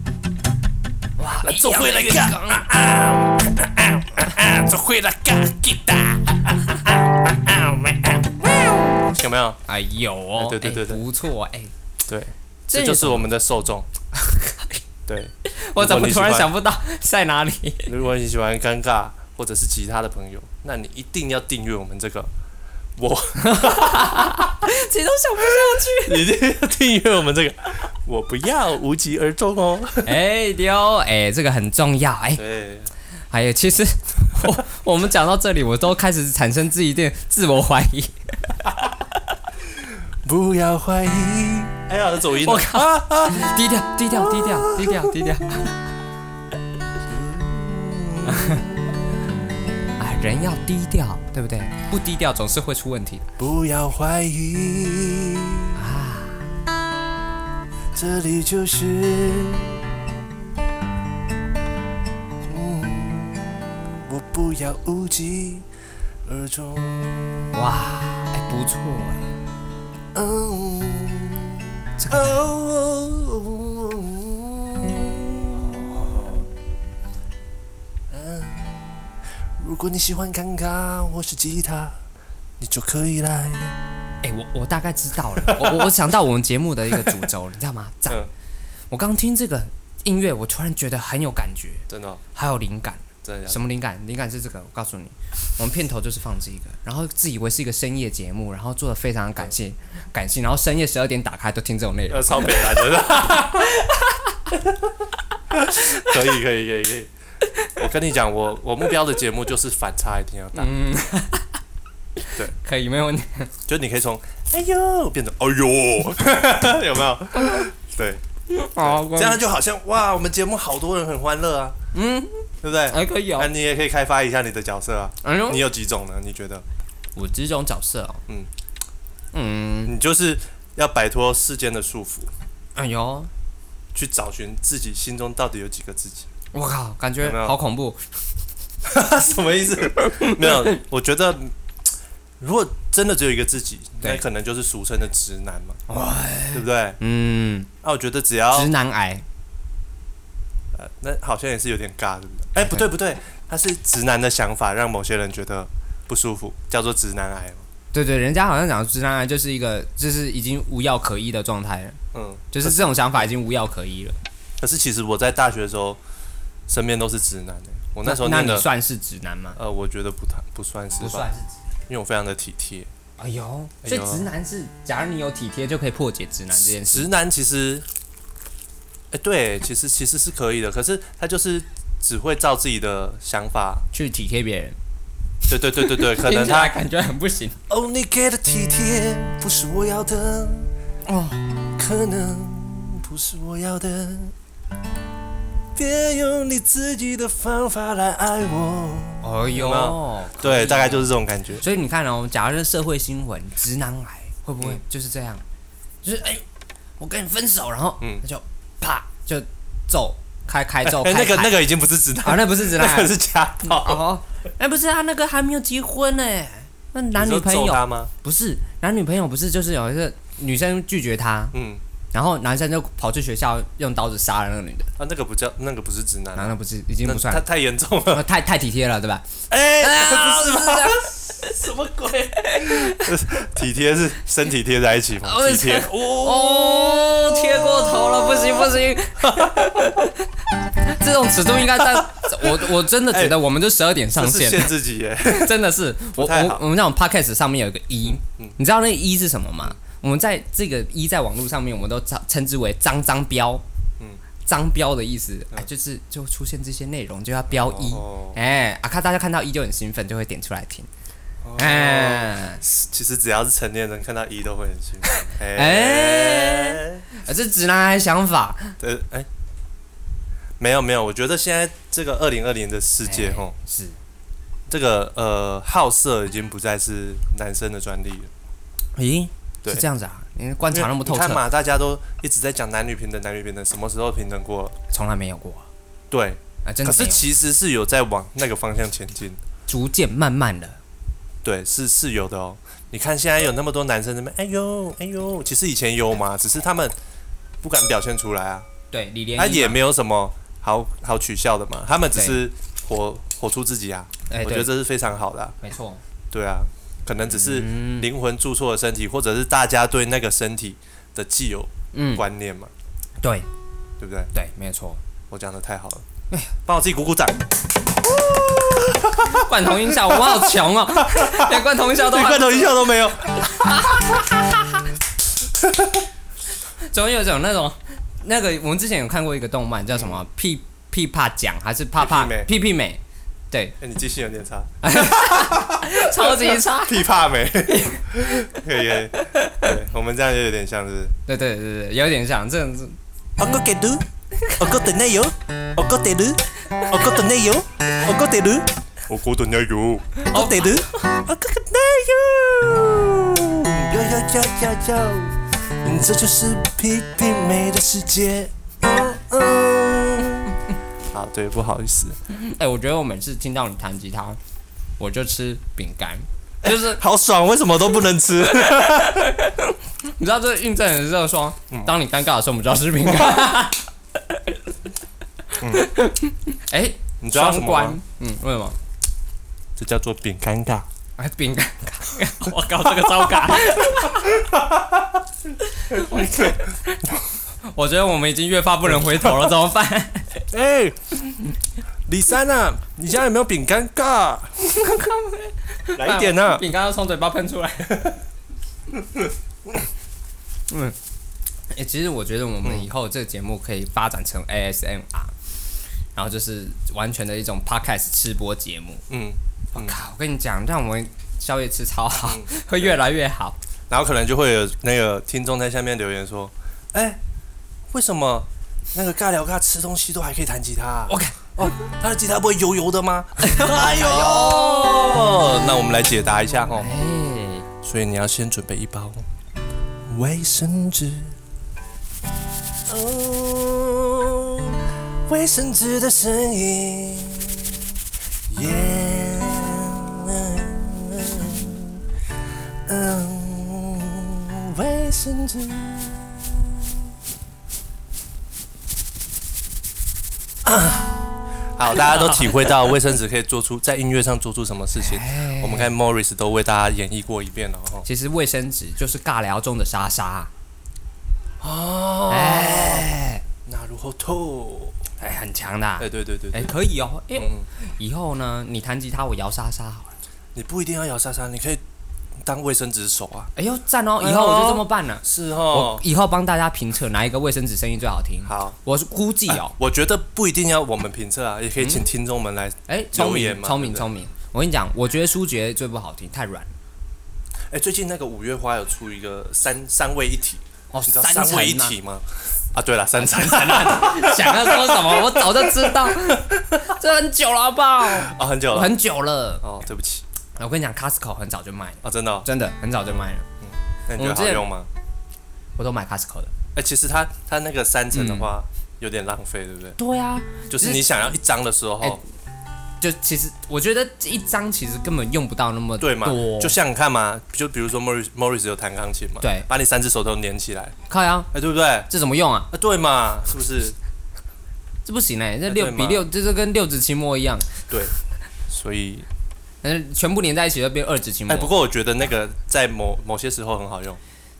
Speaker 2: 哇，
Speaker 1: 来做回来
Speaker 2: 一样的
Speaker 1: 尬啊啊啊啊啊，做会来尬吉他，有没有？
Speaker 2: 哎有哦，
Speaker 1: 哎对对
Speaker 2: 哎
Speaker 1: 对对
Speaker 2: 不错哎，
Speaker 1: 对，
Speaker 2: 这
Speaker 1: 这就是我们的受 众。对，
Speaker 2: 我怎么
Speaker 1: 如
Speaker 2: 突
Speaker 1: 果你喜
Speaker 2: 然
Speaker 1: 欢
Speaker 2: 想不到在哪里？
Speaker 1: 如果你喜欢尴尬或者是吉他的朋友，那你一定要订阅我们这个，我
Speaker 2: 谁都想不下
Speaker 1: 你一定要订阅我们这个，我不要无疾而终 哦。
Speaker 2: 去。哎丢，哎这个很重要哎，
Speaker 1: 对，
Speaker 2: 还有，其实我我们讲到这里，我都开始产生自己一点自我怀疑。
Speaker 1: 不要怀疑。哎呀，走音了
Speaker 2: 我。靠，低调，低调，低调，低调， 低调。哎，人要低调，对不对？不低调总是会出问题的。
Speaker 1: 不要怀疑，这里就是。嗯我不要无疾而终。
Speaker 2: 哇，哎，不错哎，
Speaker 1: 嗯
Speaker 2: 这个
Speaker 1: 哦，嗯如果你喜欢尴尬或是吉他，你就可以来。
Speaker 2: 哎，我我大概知道了，我我我想到我们节目的一个主轴，你知道吗？赞
Speaker 1: 嗯！
Speaker 2: 我刚听这个音乐，我突然觉得很有感觉，
Speaker 1: 真的哦、
Speaker 2: 还有灵感。
Speaker 1: 真的假
Speaker 2: 什么灵感？灵感是这个，我告诉你，我们片头就是放这个，然后自以为是一个深夜节目，然后做的非常感性，感性，然后深夜十二点打开都听这种内
Speaker 1: 的？要，
Speaker 2: 容
Speaker 1: 超北来的。可以可以可以可以。我跟你讲，我我目标的节目就是反差一定要
Speaker 2: 嗯
Speaker 1: 大，
Speaker 2: 可以没有问题。
Speaker 1: 就你可以从哎呦变成哎呦，有没有？ 对，
Speaker 2: 好，
Speaker 1: 这样就好像哇，我们节目好多人很欢乐啊，
Speaker 2: 嗯，
Speaker 1: 对不对？
Speaker 2: 还可以
Speaker 1: 那、
Speaker 2: 哦。
Speaker 1: 你也可以开发一下你的角色啊。
Speaker 2: 哎呦
Speaker 1: 你，有几种呢？你觉得？
Speaker 2: 我这种角色哦，
Speaker 1: 嗯
Speaker 2: 嗯，
Speaker 1: 你就是要摆脱世间的束缚，
Speaker 2: 哎呦，
Speaker 1: 去找寻自己心中到底有几个自己。
Speaker 2: 我靠，感觉
Speaker 1: 有没有
Speaker 2: 好恐怖。
Speaker 1: 什么意思？没有，我觉得如果真的只有一个自己，那
Speaker 2: 对
Speaker 1: 可能就是俗称的直男嘛，
Speaker 2: 哎
Speaker 1: 对不对？
Speaker 2: 嗯，
Speaker 1: 啊，我觉得只要
Speaker 2: 直男癌，
Speaker 1: 呃，那好像也是有点尬，对不对？哎、不对不对，他是直男的想法让某些人觉得不舒服，叫做直男癌嘛。
Speaker 2: 对对，人家好像讲直男癌就是一个，就是已经无药可医的状态了，
Speaker 1: 嗯，
Speaker 2: 就是这种想法已经无药可医了。
Speaker 1: 可是其实我在大学的时候，身边都是直男的、我那时候
Speaker 2: 那
Speaker 1: 念
Speaker 2: 你
Speaker 1: 的，
Speaker 2: 算是直男吗？
Speaker 1: 呃，我觉得不太不算是吧，
Speaker 2: 是直。
Speaker 1: 因为我非常的体贴。
Speaker 2: 哎呦，
Speaker 1: 哎
Speaker 2: 所
Speaker 1: 呦
Speaker 2: 以直男是，假如你有体贴，就可以破解直男这件事。
Speaker 1: 直男其实，哎、对，其实其实是可以的，可是他就是只会照自己的想法，
Speaker 2: 去体贴别人，
Speaker 1: 对对对对 对，可
Speaker 2: 听
Speaker 1: 能
Speaker 2: 起来
Speaker 1: 他
Speaker 2: 感觉很不行。
Speaker 1: 哦，你给的体贴不是我要的，
Speaker 2: 哦，
Speaker 1: 可能不是我要的，别用你自己的方法来爱我。
Speaker 2: 哎
Speaker 1: 有没
Speaker 2: 呦，可以
Speaker 1: 对，大概就是这种感觉。
Speaker 2: 所以你看哦，假如是社会新闻，直男癌会不会
Speaker 1: 嗯
Speaker 2: 就是这样？就是哎、我跟你分手，然后
Speaker 1: 嗯
Speaker 2: 他就啪就揍，开开揍，
Speaker 1: 哎、
Speaker 2: 开
Speaker 1: 那个
Speaker 2: 砍
Speaker 1: 那个已经不是直男，
Speaker 2: 啊，那不是直 男
Speaker 1: 那
Speaker 2: 癌
Speaker 1: 个，是家暴。
Speaker 2: 哦，哎、不是啊，那个还没有结婚呢、那男
Speaker 1: 你
Speaker 2: 女
Speaker 1: 说
Speaker 2: 朋
Speaker 1: 揍
Speaker 2: 友
Speaker 1: 他吗？
Speaker 2: 不是男女朋友不是就是有一个女生拒绝他，
Speaker 1: 嗯，
Speaker 2: 然后男生就跑去学校用刀子杀了那个女的，
Speaker 1: 啊，那个不叫，那个不是直男
Speaker 2: 然
Speaker 1: 啊，
Speaker 2: 后那不是已经
Speaker 1: 那
Speaker 2: 不算
Speaker 1: 他
Speaker 2: 了，
Speaker 1: 太严重了。
Speaker 2: 呃太太体贴了，对吧？
Speaker 1: 哎、
Speaker 2: 啊
Speaker 1: 不是
Speaker 2: 不
Speaker 1: 吗？什么鬼？ 体贴是身体贴在一起吗？体贴
Speaker 2: 哦，贴过头了，不行不行。 这种尺度应该在，我我真的觉得我们就十二点上
Speaker 1: 哎这是
Speaker 2: 线，
Speaker 1: 限制级耶。
Speaker 2: 真的是我
Speaker 1: 太好
Speaker 2: 我我们那种 podcast 上面有一个一、
Speaker 1: 嗯
Speaker 2: 你知道那个一是什么吗？我们在这个一在网络上面，我们都称称之为张张标，
Speaker 1: 嗯
Speaker 2: 张标的意思，哎，就是就出现这些内容就要标一，
Speaker 1: 哦
Speaker 2: 哎、啊，看大家看到一就很兴奋，就会点出来听，
Speaker 1: 哦
Speaker 2: 哎、
Speaker 1: 其实只要是成年人看到一都会很兴奋。
Speaker 2: 哎
Speaker 1: 哎，
Speaker 2: 啊这直男癌想法，
Speaker 1: 呃，哎，没有没有，我觉得现在这个二零二零的世界
Speaker 2: 哎
Speaker 1: 吼，
Speaker 2: 是
Speaker 1: 这个呃好色已经不再是男生的专利了。
Speaker 2: 咦，
Speaker 1: 对
Speaker 2: 是这样子啊？你观察那么透
Speaker 1: 你看
Speaker 2: 彻，
Speaker 1: 嘛，大家都一直在讲男女平等，男女平等，什么时候平等过了？
Speaker 2: 从来没有过啊
Speaker 1: 对，
Speaker 2: 啊，真
Speaker 1: 可
Speaker 2: 的没
Speaker 1: 是
Speaker 2: 有，
Speaker 1: 其实是有在往那个方向前进。
Speaker 2: 逐渐慢慢的，
Speaker 1: 对，是是有的哦。你看现在有那么多男生在那边，哎呦哎呦，其实以前有嘛，只是他们不敢表现出来啊，
Speaker 2: 对，李连
Speaker 1: 他、
Speaker 2: 英
Speaker 1: 也
Speaker 2: 嘛
Speaker 1: 没有什么好好取笑的嘛，他们只
Speaker 2: 对
Speaker 1: 是活活出自己啊，
Speaker 2: 哎，
Speaker 1: 我觉得
Speaker 2: 对，
Speaker 1: 这是非常好的啊、
Speaker 2: 没错，
Speaker 1: 对啊，可能只是
Speaker 2: 嗯
Speaker 1: 灵魂住错了身体，或者是大家对那个身体的既有
Speaker 2: 嗯，
Speaker 1: 观念嘛，
Speaker 2: 对
Speaker 1: 对不对？
Speaker 2: 对，没有错。
Speaker 1: 我讲的太好了，
Speaker 2: 哎
Speaker 1: 帮我自己鼓鼓掌，
Speaker 2: 罐头音效，我们好穷哦， 连罐头音效都
Speaker 1: 连罐头音效都没有。
Speaker 2: 总有一种那种那个，我们之前有看过一个动漫叫什么屁屁怕奖还是怕怕
Speaker 1: 屁屁妹
Speaker 2: 屁屁美，对，
Speaker 1: 哎、你记性有点差，
Speaker 2: 超级差，
Speaker 1: 屁怕没？可以可以，对，我们这样就有点像是。
Speaker 2: 对对对对，有点像这种是
Speaker 1: 我哥给撸，我哥的内容，我哥的撸，我哥的内容，我哥的撸，我哥的内容，我的撸，我哥的内容。哟哟哟哟哟，嗯这就是皮皮妹的世界。嗯嗯。啊，对，不好意思，
Speaker 2: 哎、我觉得我每次听到你弹吉他，我就吃饼干，就是
Speaker 1: 好爽，为什么都不能吃？
Speaker 2: 你知道这印证很热说，
Speaker 1: 嗯
Speaker 2: 当你尴尬的时候，我们就要吃饼干。 哎，
Speaker 1: 嗯你知道什
Speaker 2: 双
Speaker 1: 么
Speaker 2: 关
Speaker 1: 吗？，
Speaker 2: 嗯，为什么？
Speaker 1: 这叫做饼干尬。
Speaker 2: 哎，饼干， 我搞这个 糟糕。我觉得我们已经越发不能回头了，怎么办？
Speaker 1: 哎、李三啊，你家有没有饼干尬？来一点呐、啊！
Speaker 2: 饼干要从嘴巴 喷出来。嗯，哎、其实我觉得我
Speaker 1: 嗯
Speaker 2: 们以后这个节目可以发展成 ASMR，然后就是完全的一种 podcast 吃播节目。
Speaker 1: 嗯，
Speaker 2: 我、
Speaker 1: 嗯
Speaker 2: 靠，我跟你讲，让我们宵夜吃超好， 会越来越好。
Speaker 1: 然后可能就会有那个听众在下面留言说：“哎、为什么那个尬聊尬吃东西都还可以弹吉他、啊？
Speaker 2: 我靠，
Speaker 1: 哦，他的吉他不会油油的吗？” 哎呦，那我们来解答一下哦
Speaker 2: 哎、。
Speaker 1: 所以你要先准备一包卫生纸。哦卫生纸的声音。耶、嗯，卫生纸。好，大家都体会到卫生纸可以做出在音乐上做出什么事情。我们看 Morris 都为大家演绎过一遍了哦。
Speaker 2: 其实卫生纸就是尬聊中的莎莎。
Speaker 1: 哦，
Speaker 2: 哎
Speaker 1: 那如何透？
Speaker 2: 哎，很强的啊、
Speaker 1: 哎，对对对，
Speaker 2: 哎、
Speaker 1: 对
Speaker 2: 可以哦。哎、
Speaker 1: 嗯，
Speaker 2: 以后呢，你弹吉他，我摇莎莎好了。
Speaker 1: 你不一定要摇莎莎，你可以当卫生纸手啊。
Speaker 2: 哎呦，赞哦！以后我就这么办了。
Speaker 1: 是
Speaker 2: 我
Speaker 1: 哦，
Speaker 2: 以后帮大家评测哪一个卫生纸声音最好听。
Speaker 1: 好，
Speaker 2: 我是估计 哦。
Speaker 1: 我觉得不一定要我们评测啊，也可以请听众们来。
Speaker 2: 哎、聪
Speaker 1: 留言
Speaker 2: 明，
Speaker 1: 嘛
Speaker 2: 聪明，
Speaker 1: 对不对
Speaker 2: 聪明。我跟你讲，我觉得舒爵最不好听，太软了。
Speaker 1: 哎，最近那个五月花有出一个三三位一体，
Speaker 2: 哦，
Speaker 1: 你知道
Speaker 2: 三
Speaker 1: 三
Speaker 2: 层
Speaker 1: 位一
Speaker 2: 啊
Speaker 1: 体吗？啊，对了，三层 啊
Speaker 2: 想要说什么，我早就知道， 这很久了，好不好？
Speaker 1: 啊，很久
Speaker 2: 我
Speaker 1: 了。
Speaker 2: 很久了。
Speaker 1: 哦，对不起
Speaker 2: 我跟你讲，Costco 很早就卖了，
Speaker 1: 啊，真的哦。
Speaker 2: 真的很早就卖了，
Speaker 1: 那你觉得
Speaker 2: 我们之
Speaker 1: 好
Speaker 2: 前
Speaker 1: 用吗？
Speaker 2: 我都买 Costco 的。
Speaker 1: 哎，其实它它那个三层的话有点浪费，对不对？
Speaker 2: 对啊，
Speaker 1: 就是你想要一张的时
Speaker 2: 哎
Speaker 1: 候，
Speaker 2: 就其实我觉得这一张其实根本用不到那么多，
Speaker 1: 对嘛？就像你看嘛，就比如说 Morris Morris 有弹钢琴嘛，
Speaker 2: 对
Speaker 1: 把你三只手都粘起来，
Speaker 2: 靠呀，
Speaker 1: 哎，对不对？啊，
Speaker 2: 这怎么用啊？
Speaker 1: 对嘛，是不是？
Speaker 2: 这不行哎、这
Speaker 1: 哎
Speaker 2: 六
Speaker 1: 对嘛
Speaker 2: 比六，这就跟六指琴魔一样，
Speaker 1: 对，所以
Speaker 2: 但是全部连在一起就变二指琴
Speaker 1: 哎、
Speaker 2: 魔。
Speaker 1: 不过我觉得那个在某某些时候很好用，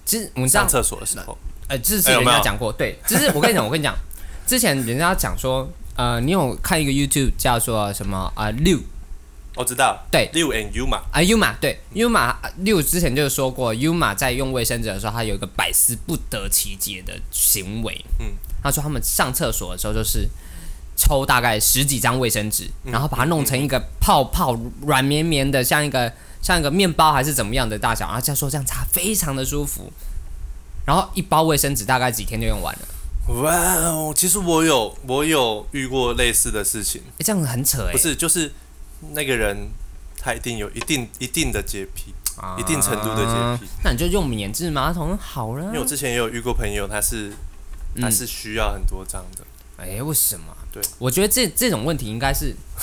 Speaker 2: 其实我知道
Speaker 1: 上，厕所的时候。
Speaker 2: 呃，这是
Speaker 1: 哎有
Speaker 2: 人
Speaker 1: 没有
Speaker 2: 家讲 过，对，只是我跟你讲，我跟你讲，之前人家讲说，呃，你有看一个 YouTube 叫做什么啊、六
Speaker 1: 我知道，
Speaker 2: 对
Speaker 1: 六 and you 嘛，
Speaker 2: 啊 Yuma 对 Yuma 六之前就说过，Yuma 在用卫生纸的时候，他有一个百思不得其解的行为。
Speaker 1: 嗯
Speaker 2: 嗯，他说他们上厕所的时候就是抽大概十几张卫生纸，
Speaker 1: 嗯
Speaker 2: 然后把它弄成一个泡泡软绵绵的，像一个像一个面包还是怎么样的大小，然后这样说这样擦非常的舒服。然后一包卫生纸大概几天就用完了，
Speaker 1: 哇哦！其实我有我有遇过类似的事情，
Speaker 2: 诶这样子很扯哎、
Speaker 1: 不是就是那个人他一定有一定一定的洁癖，
Speaker 2: 啊
Speaker 1: 一定程度的洁癖。
Speaker 2: 那你就用免治马桶好了啊
Speaker 1: 因为。我之前也有啊遇过朋友，他是他
Speaker 2: 嗯
Speaker 1: 是需要很多张的，
Speaker 2: 哎、为什么？
Speaker 1: 对，
Speaker 2: 我觉得这这种问题应该是，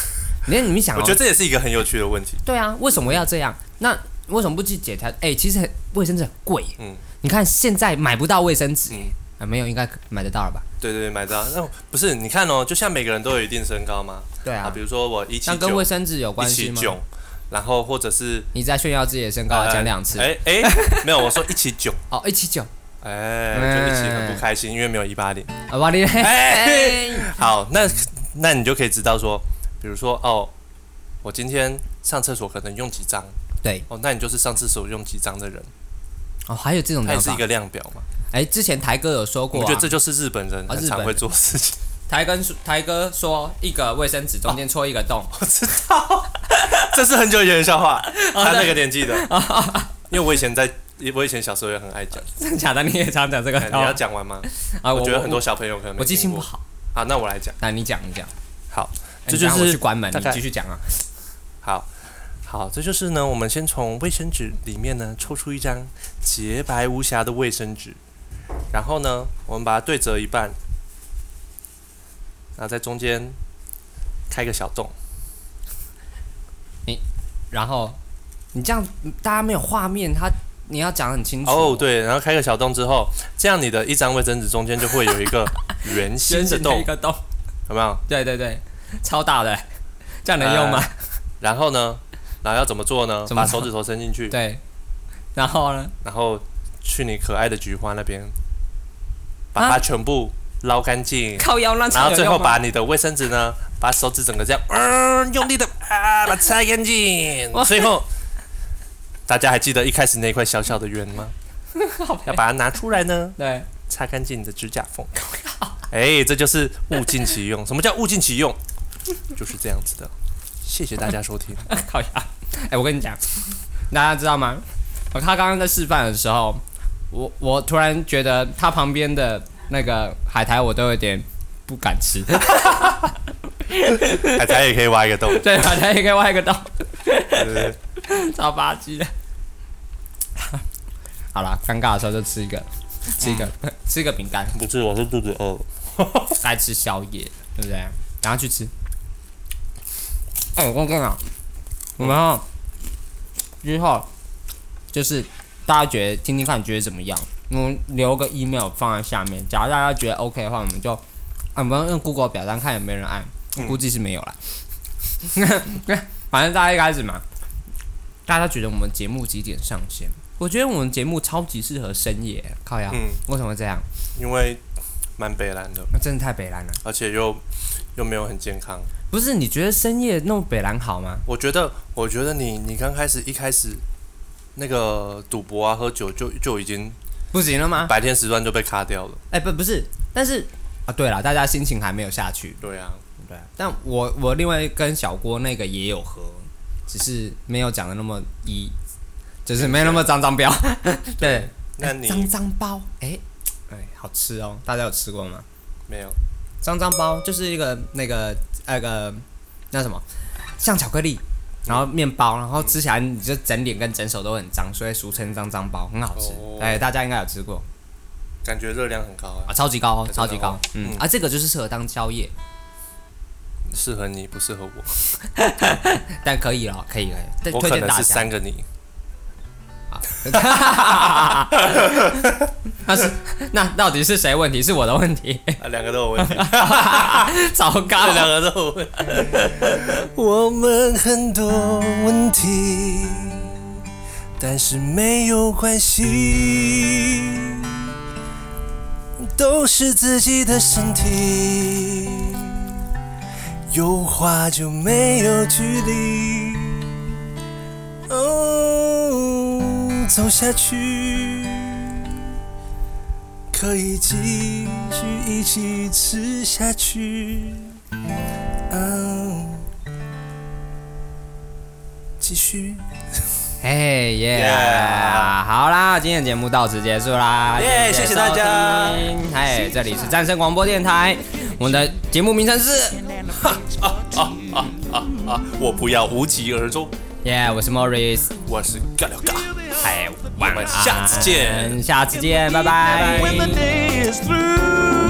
Speaker 2: 你你们想、哦，
Speaker 1: 我觉得这也是一个很有趣的问题。
Speaker 2: 对啊，为什么要这样？那为什么不去解它？哎、其实很卫生纸很贵，
Speaker 1: 嗯
Speaker 2: 嗯，你看现在买不到卫生纸、
Speaker 1: 嗯
Speaker 2: 啊，没有，应该买得到了吧？
Speaker 1: 对对对，买到那不是你看哦，就像每个人都有一定身高嘛，
Speaker 2: 对
Speaker 1: 啊，
Speaker 2: 啊
Speaker 1: 比，如说我一七
Speaker 2: 那跟
Speaker 1: 九
Speaker 2: 卫生纸有
Speaker 1: 一
Speaker 2: 关系
Speaker 1: 七
Speaker 2: 吗？
Speaker 1: 九，然后或者是
Speaker 2: 你在炫耀自己的身高，
Speaker 1: 呃
Speaker 2: 讲两次、
Speaker 1: 哎哎，没有，我说一起 囧，
Speaker 2: 哦，一七九，
Speaker 1: 哎，就一起很不开心，因为没有一八零。
Speaker 2: 啊哇你 嘞，
Speaker 1: 哎
Speaker 2: 哎，
Speaker 1: 好，那那你就可以知道说，比如说哦，我今天上厕所可能用几张，
Speaker 2: 对，
Speaker 1: 哦，那你就是上厕所用几张的人，
Speaker 2: 哦，还有这种
Speaker 1: 它
Speaker 2: 讲
Speaker 1: 也是一
Speaker 2: 法，
Speaker 1: 个量表嘛。
Speaker 2: 哎、之前台哥有说
Speaker 1: 我
Speaker 2: 过、
Speaker 1: 觉
Speaker 2: 啊
Speaker 1: 得，这就是日本人
Speaker 2: 啊
Speaker 1: 很
Speaker 2: 日本
Speaker 1: 常
Speaker 2: 人
Speaker 1: 会做事情。
Speaker 2: 台哥说台哥说一个卫生纸中间戳一个洞，
Speaker 1: 我知道，这是很久以前的笑话，
Speaker 2: 啊
Speaker 1: 他那个
Speaker 2: 哦
Speaker 1: 年纪的， 因为我以前在。我以前小时候也很爱 讲，
Speaker 2: 真的假的？你也常讲这个
Speaker 1: 哎你
Speaker 2: 哦
Speaker 1: 要讲完吗？
Speaker 2: 啊？
Speaker 1: 我觉得很多
Speaker 2: 我
Speaker 1: 小朋友可能没
Speaker 2: 我记
Speaker 1: 听
Speaker 2: 性不
Speaker 1: 过
Speaker 2: 好，
Speaker 1: 啊，那我来讲。
Speaker 2: 那你讲你讲，
Speaker 1: 好，
Speaker 2: 哎
Speaker 1: 这
Speaker 2: 你
Speaker 1: 就
Speaker 2: 等下我
Speaker 1: 是
Speaker 2: 去关门，
Speaker 1: 大
Speaker 2: 你
Speaker 1: 概
Speaker 2: 继续讲啊。
Speaker 1: 好，好，这就是呢，我们先从卫生纸里面呢抽出一张洁白无瑕的卫生纸，然后呢，我们把它对折一半，然后在中间开个小洞。
Speaker 2: 然后你这样大家没有画面，他你要讲很清楚
Speaker 1: 哦，，对，然后开个小洞之后，这样你的一张卫生纸中间就会有一个圆形的
Speaker 2: 先是
Speaker 1: 洞
Speaker 2: 一，个洞，
Speaker 1: 有没有？
Speaker 2: 对对对，超大的，这样能用
Speaker 1: 哎
Speaker 2: 吗？
Speaker 1: 然后呢，然后要怎么做呢？
Speaker 2: 怎么
Speaker 1: 把
Speaker 2: 做
Speaker 1: 手指头伸进去，
Speaker 2: 对，然后呢？
Speaker 1: 然后去你可爱的菊花那边，把
Speaker 2: 啊
Speaker 1: 它全部捞干净。
Speaker 2: 靠腰那
Speaker 1: 然后
Speaker 2: 才有
Speaker 1: 最后
Speaker 2: 用吗？
Speaker 1: 把你的卫生纸呢，把手指整个这样，嗯，用力的啊，把它擦干净。
Speaker 2: 哇
Speaker 1: 最后，大家还记得一开始那块小小的圆 吗？要把它拿出来呢，
Speaker 2: 对，
Speaker 1: 擦干净你的指甲缝。哎，这就是物尽其用。什么叫物尽其用？就是这样子的。谢谢大家收 听。
Speaker 2: 靠腰。哎，我跟你讲，大家知道吗？我他刚刚在示范的时候，我我突然觉得他旁边的那个海苔我都有点不敢吃，
Speaker 1: 大家也可以挖一个洞。
Speaker 2: 对，海苔也给挖一个洞。
Speaker 1: 对对对
Speaker 2: 超吧唧的。 好啦，尴尬的时候就吃 一个，吃一个，吃一个饼干，
Speaker 1: 不是，我是肚子饿。
Speaker 2: 该吃宵夜。对不对？等下去吃。哦，我跟你讲，我们要之后就是大家觉得听听看，觉得怎么样？我们留个 email 放在下面，假如大家觉得 OK 的话，我们就啊，我们用 Google 表单看有没有人按，估计是没有啦。 反正大家一开始嘛，大家觉得我们节目几点上线？我觉得我们节目超级适合深夜，靠呀！
Speaker 1: 嗯，
Speaker 2: 为什么会这样？
Speaker 1: 因为蛮北蓝的，
Speaker 2: 那真的太北蓝了。
Speaker 1: 而且又又没有很健康。
Speaker 2: 不是你觉得深夜弄北蓝好吗？
Speaker 1: 我觉得，我觉得你你刚开始一开始那个赌博啊、喝酒就就已经
Speaker 2: 不行了吗？
Speaker 1: 白天时段就被卡掉了。
Speaker 2: 哎、不不是，但是啊，对了，大家心情还没有下去。
Speaker 1: 对啊，
Speaker 2: 对，但我我另外跟小郭那个也有喝，只是没有讲的那么一，就是没有那么脏脏标。 对，
Speaker 1: 那你
Speaker 2: 脏脏包，哎、哎、好吃哦，大家有吃过吗？
Speaker 1: 没有
Speaker 2: 脏脏包就是一个那个那个那什么，像巧克力，然后面包，然后吃起来你就整脸跟整手都很脏，所以俗称脏脏包，很好吃
Speaker 1: 哦。
Speaker 2: 哎、大家应该有吃过
Speaker 1: 感觉热量很高啊
Speaker 2: 啊，，超级高哦，
Speaker 1: 真的
Speaker 2: 超级高
Speaker 1: 哦。
Speaker 2: 嗯
Speaker 1: 嗯
Speaker 2: 啊，这个就是适合当宵夜，
Speaker 1: 适合你不适合我，
Speaker 2: 但可以了，可以可以，
Speaker 1: 嗯我
Speaker 2: 推
Speaker 1: 可
Speaker 2: 荐
Speaker 1: 能
Speaker 2: 大
Speaker 1: 是
Speaker 2: 家。
Speaker 1: 三个你。
Speaker 2: 啊 那是那到底是谁问题？是我的问题，
Speaker 1: 啊，两个都有问题，
Speaker 2: 糟糕
Speaker 1: 这。两个都有问题。我们很多问题，但是没有关系，都是自己的身体，有话就没有距离。哦，走下去，可以继续一起吃下去。嗯，继续。
Speaker 2: 哎耶
Speaker 1: Yeah！
Speaker 2: 好啦，今天的节目到此结束啦，
Speaker 1: 耶谢谢大家
Speaker 2: 收听。哎，这里是战胜广播电台，我们的节目名称是
Speaker 1: 啊我不要无疾而终。
Speaker 2: 耶，我是 Morris，
Speaker 1: 我是尬聊尬。
Speaker 2: 哎，晚
Speaker 1: 我
Speaker 2: 安，
Speaker 1: 们下次见，
Speaker 2: 下次见，拜拜
Speaker 3: when the day is through.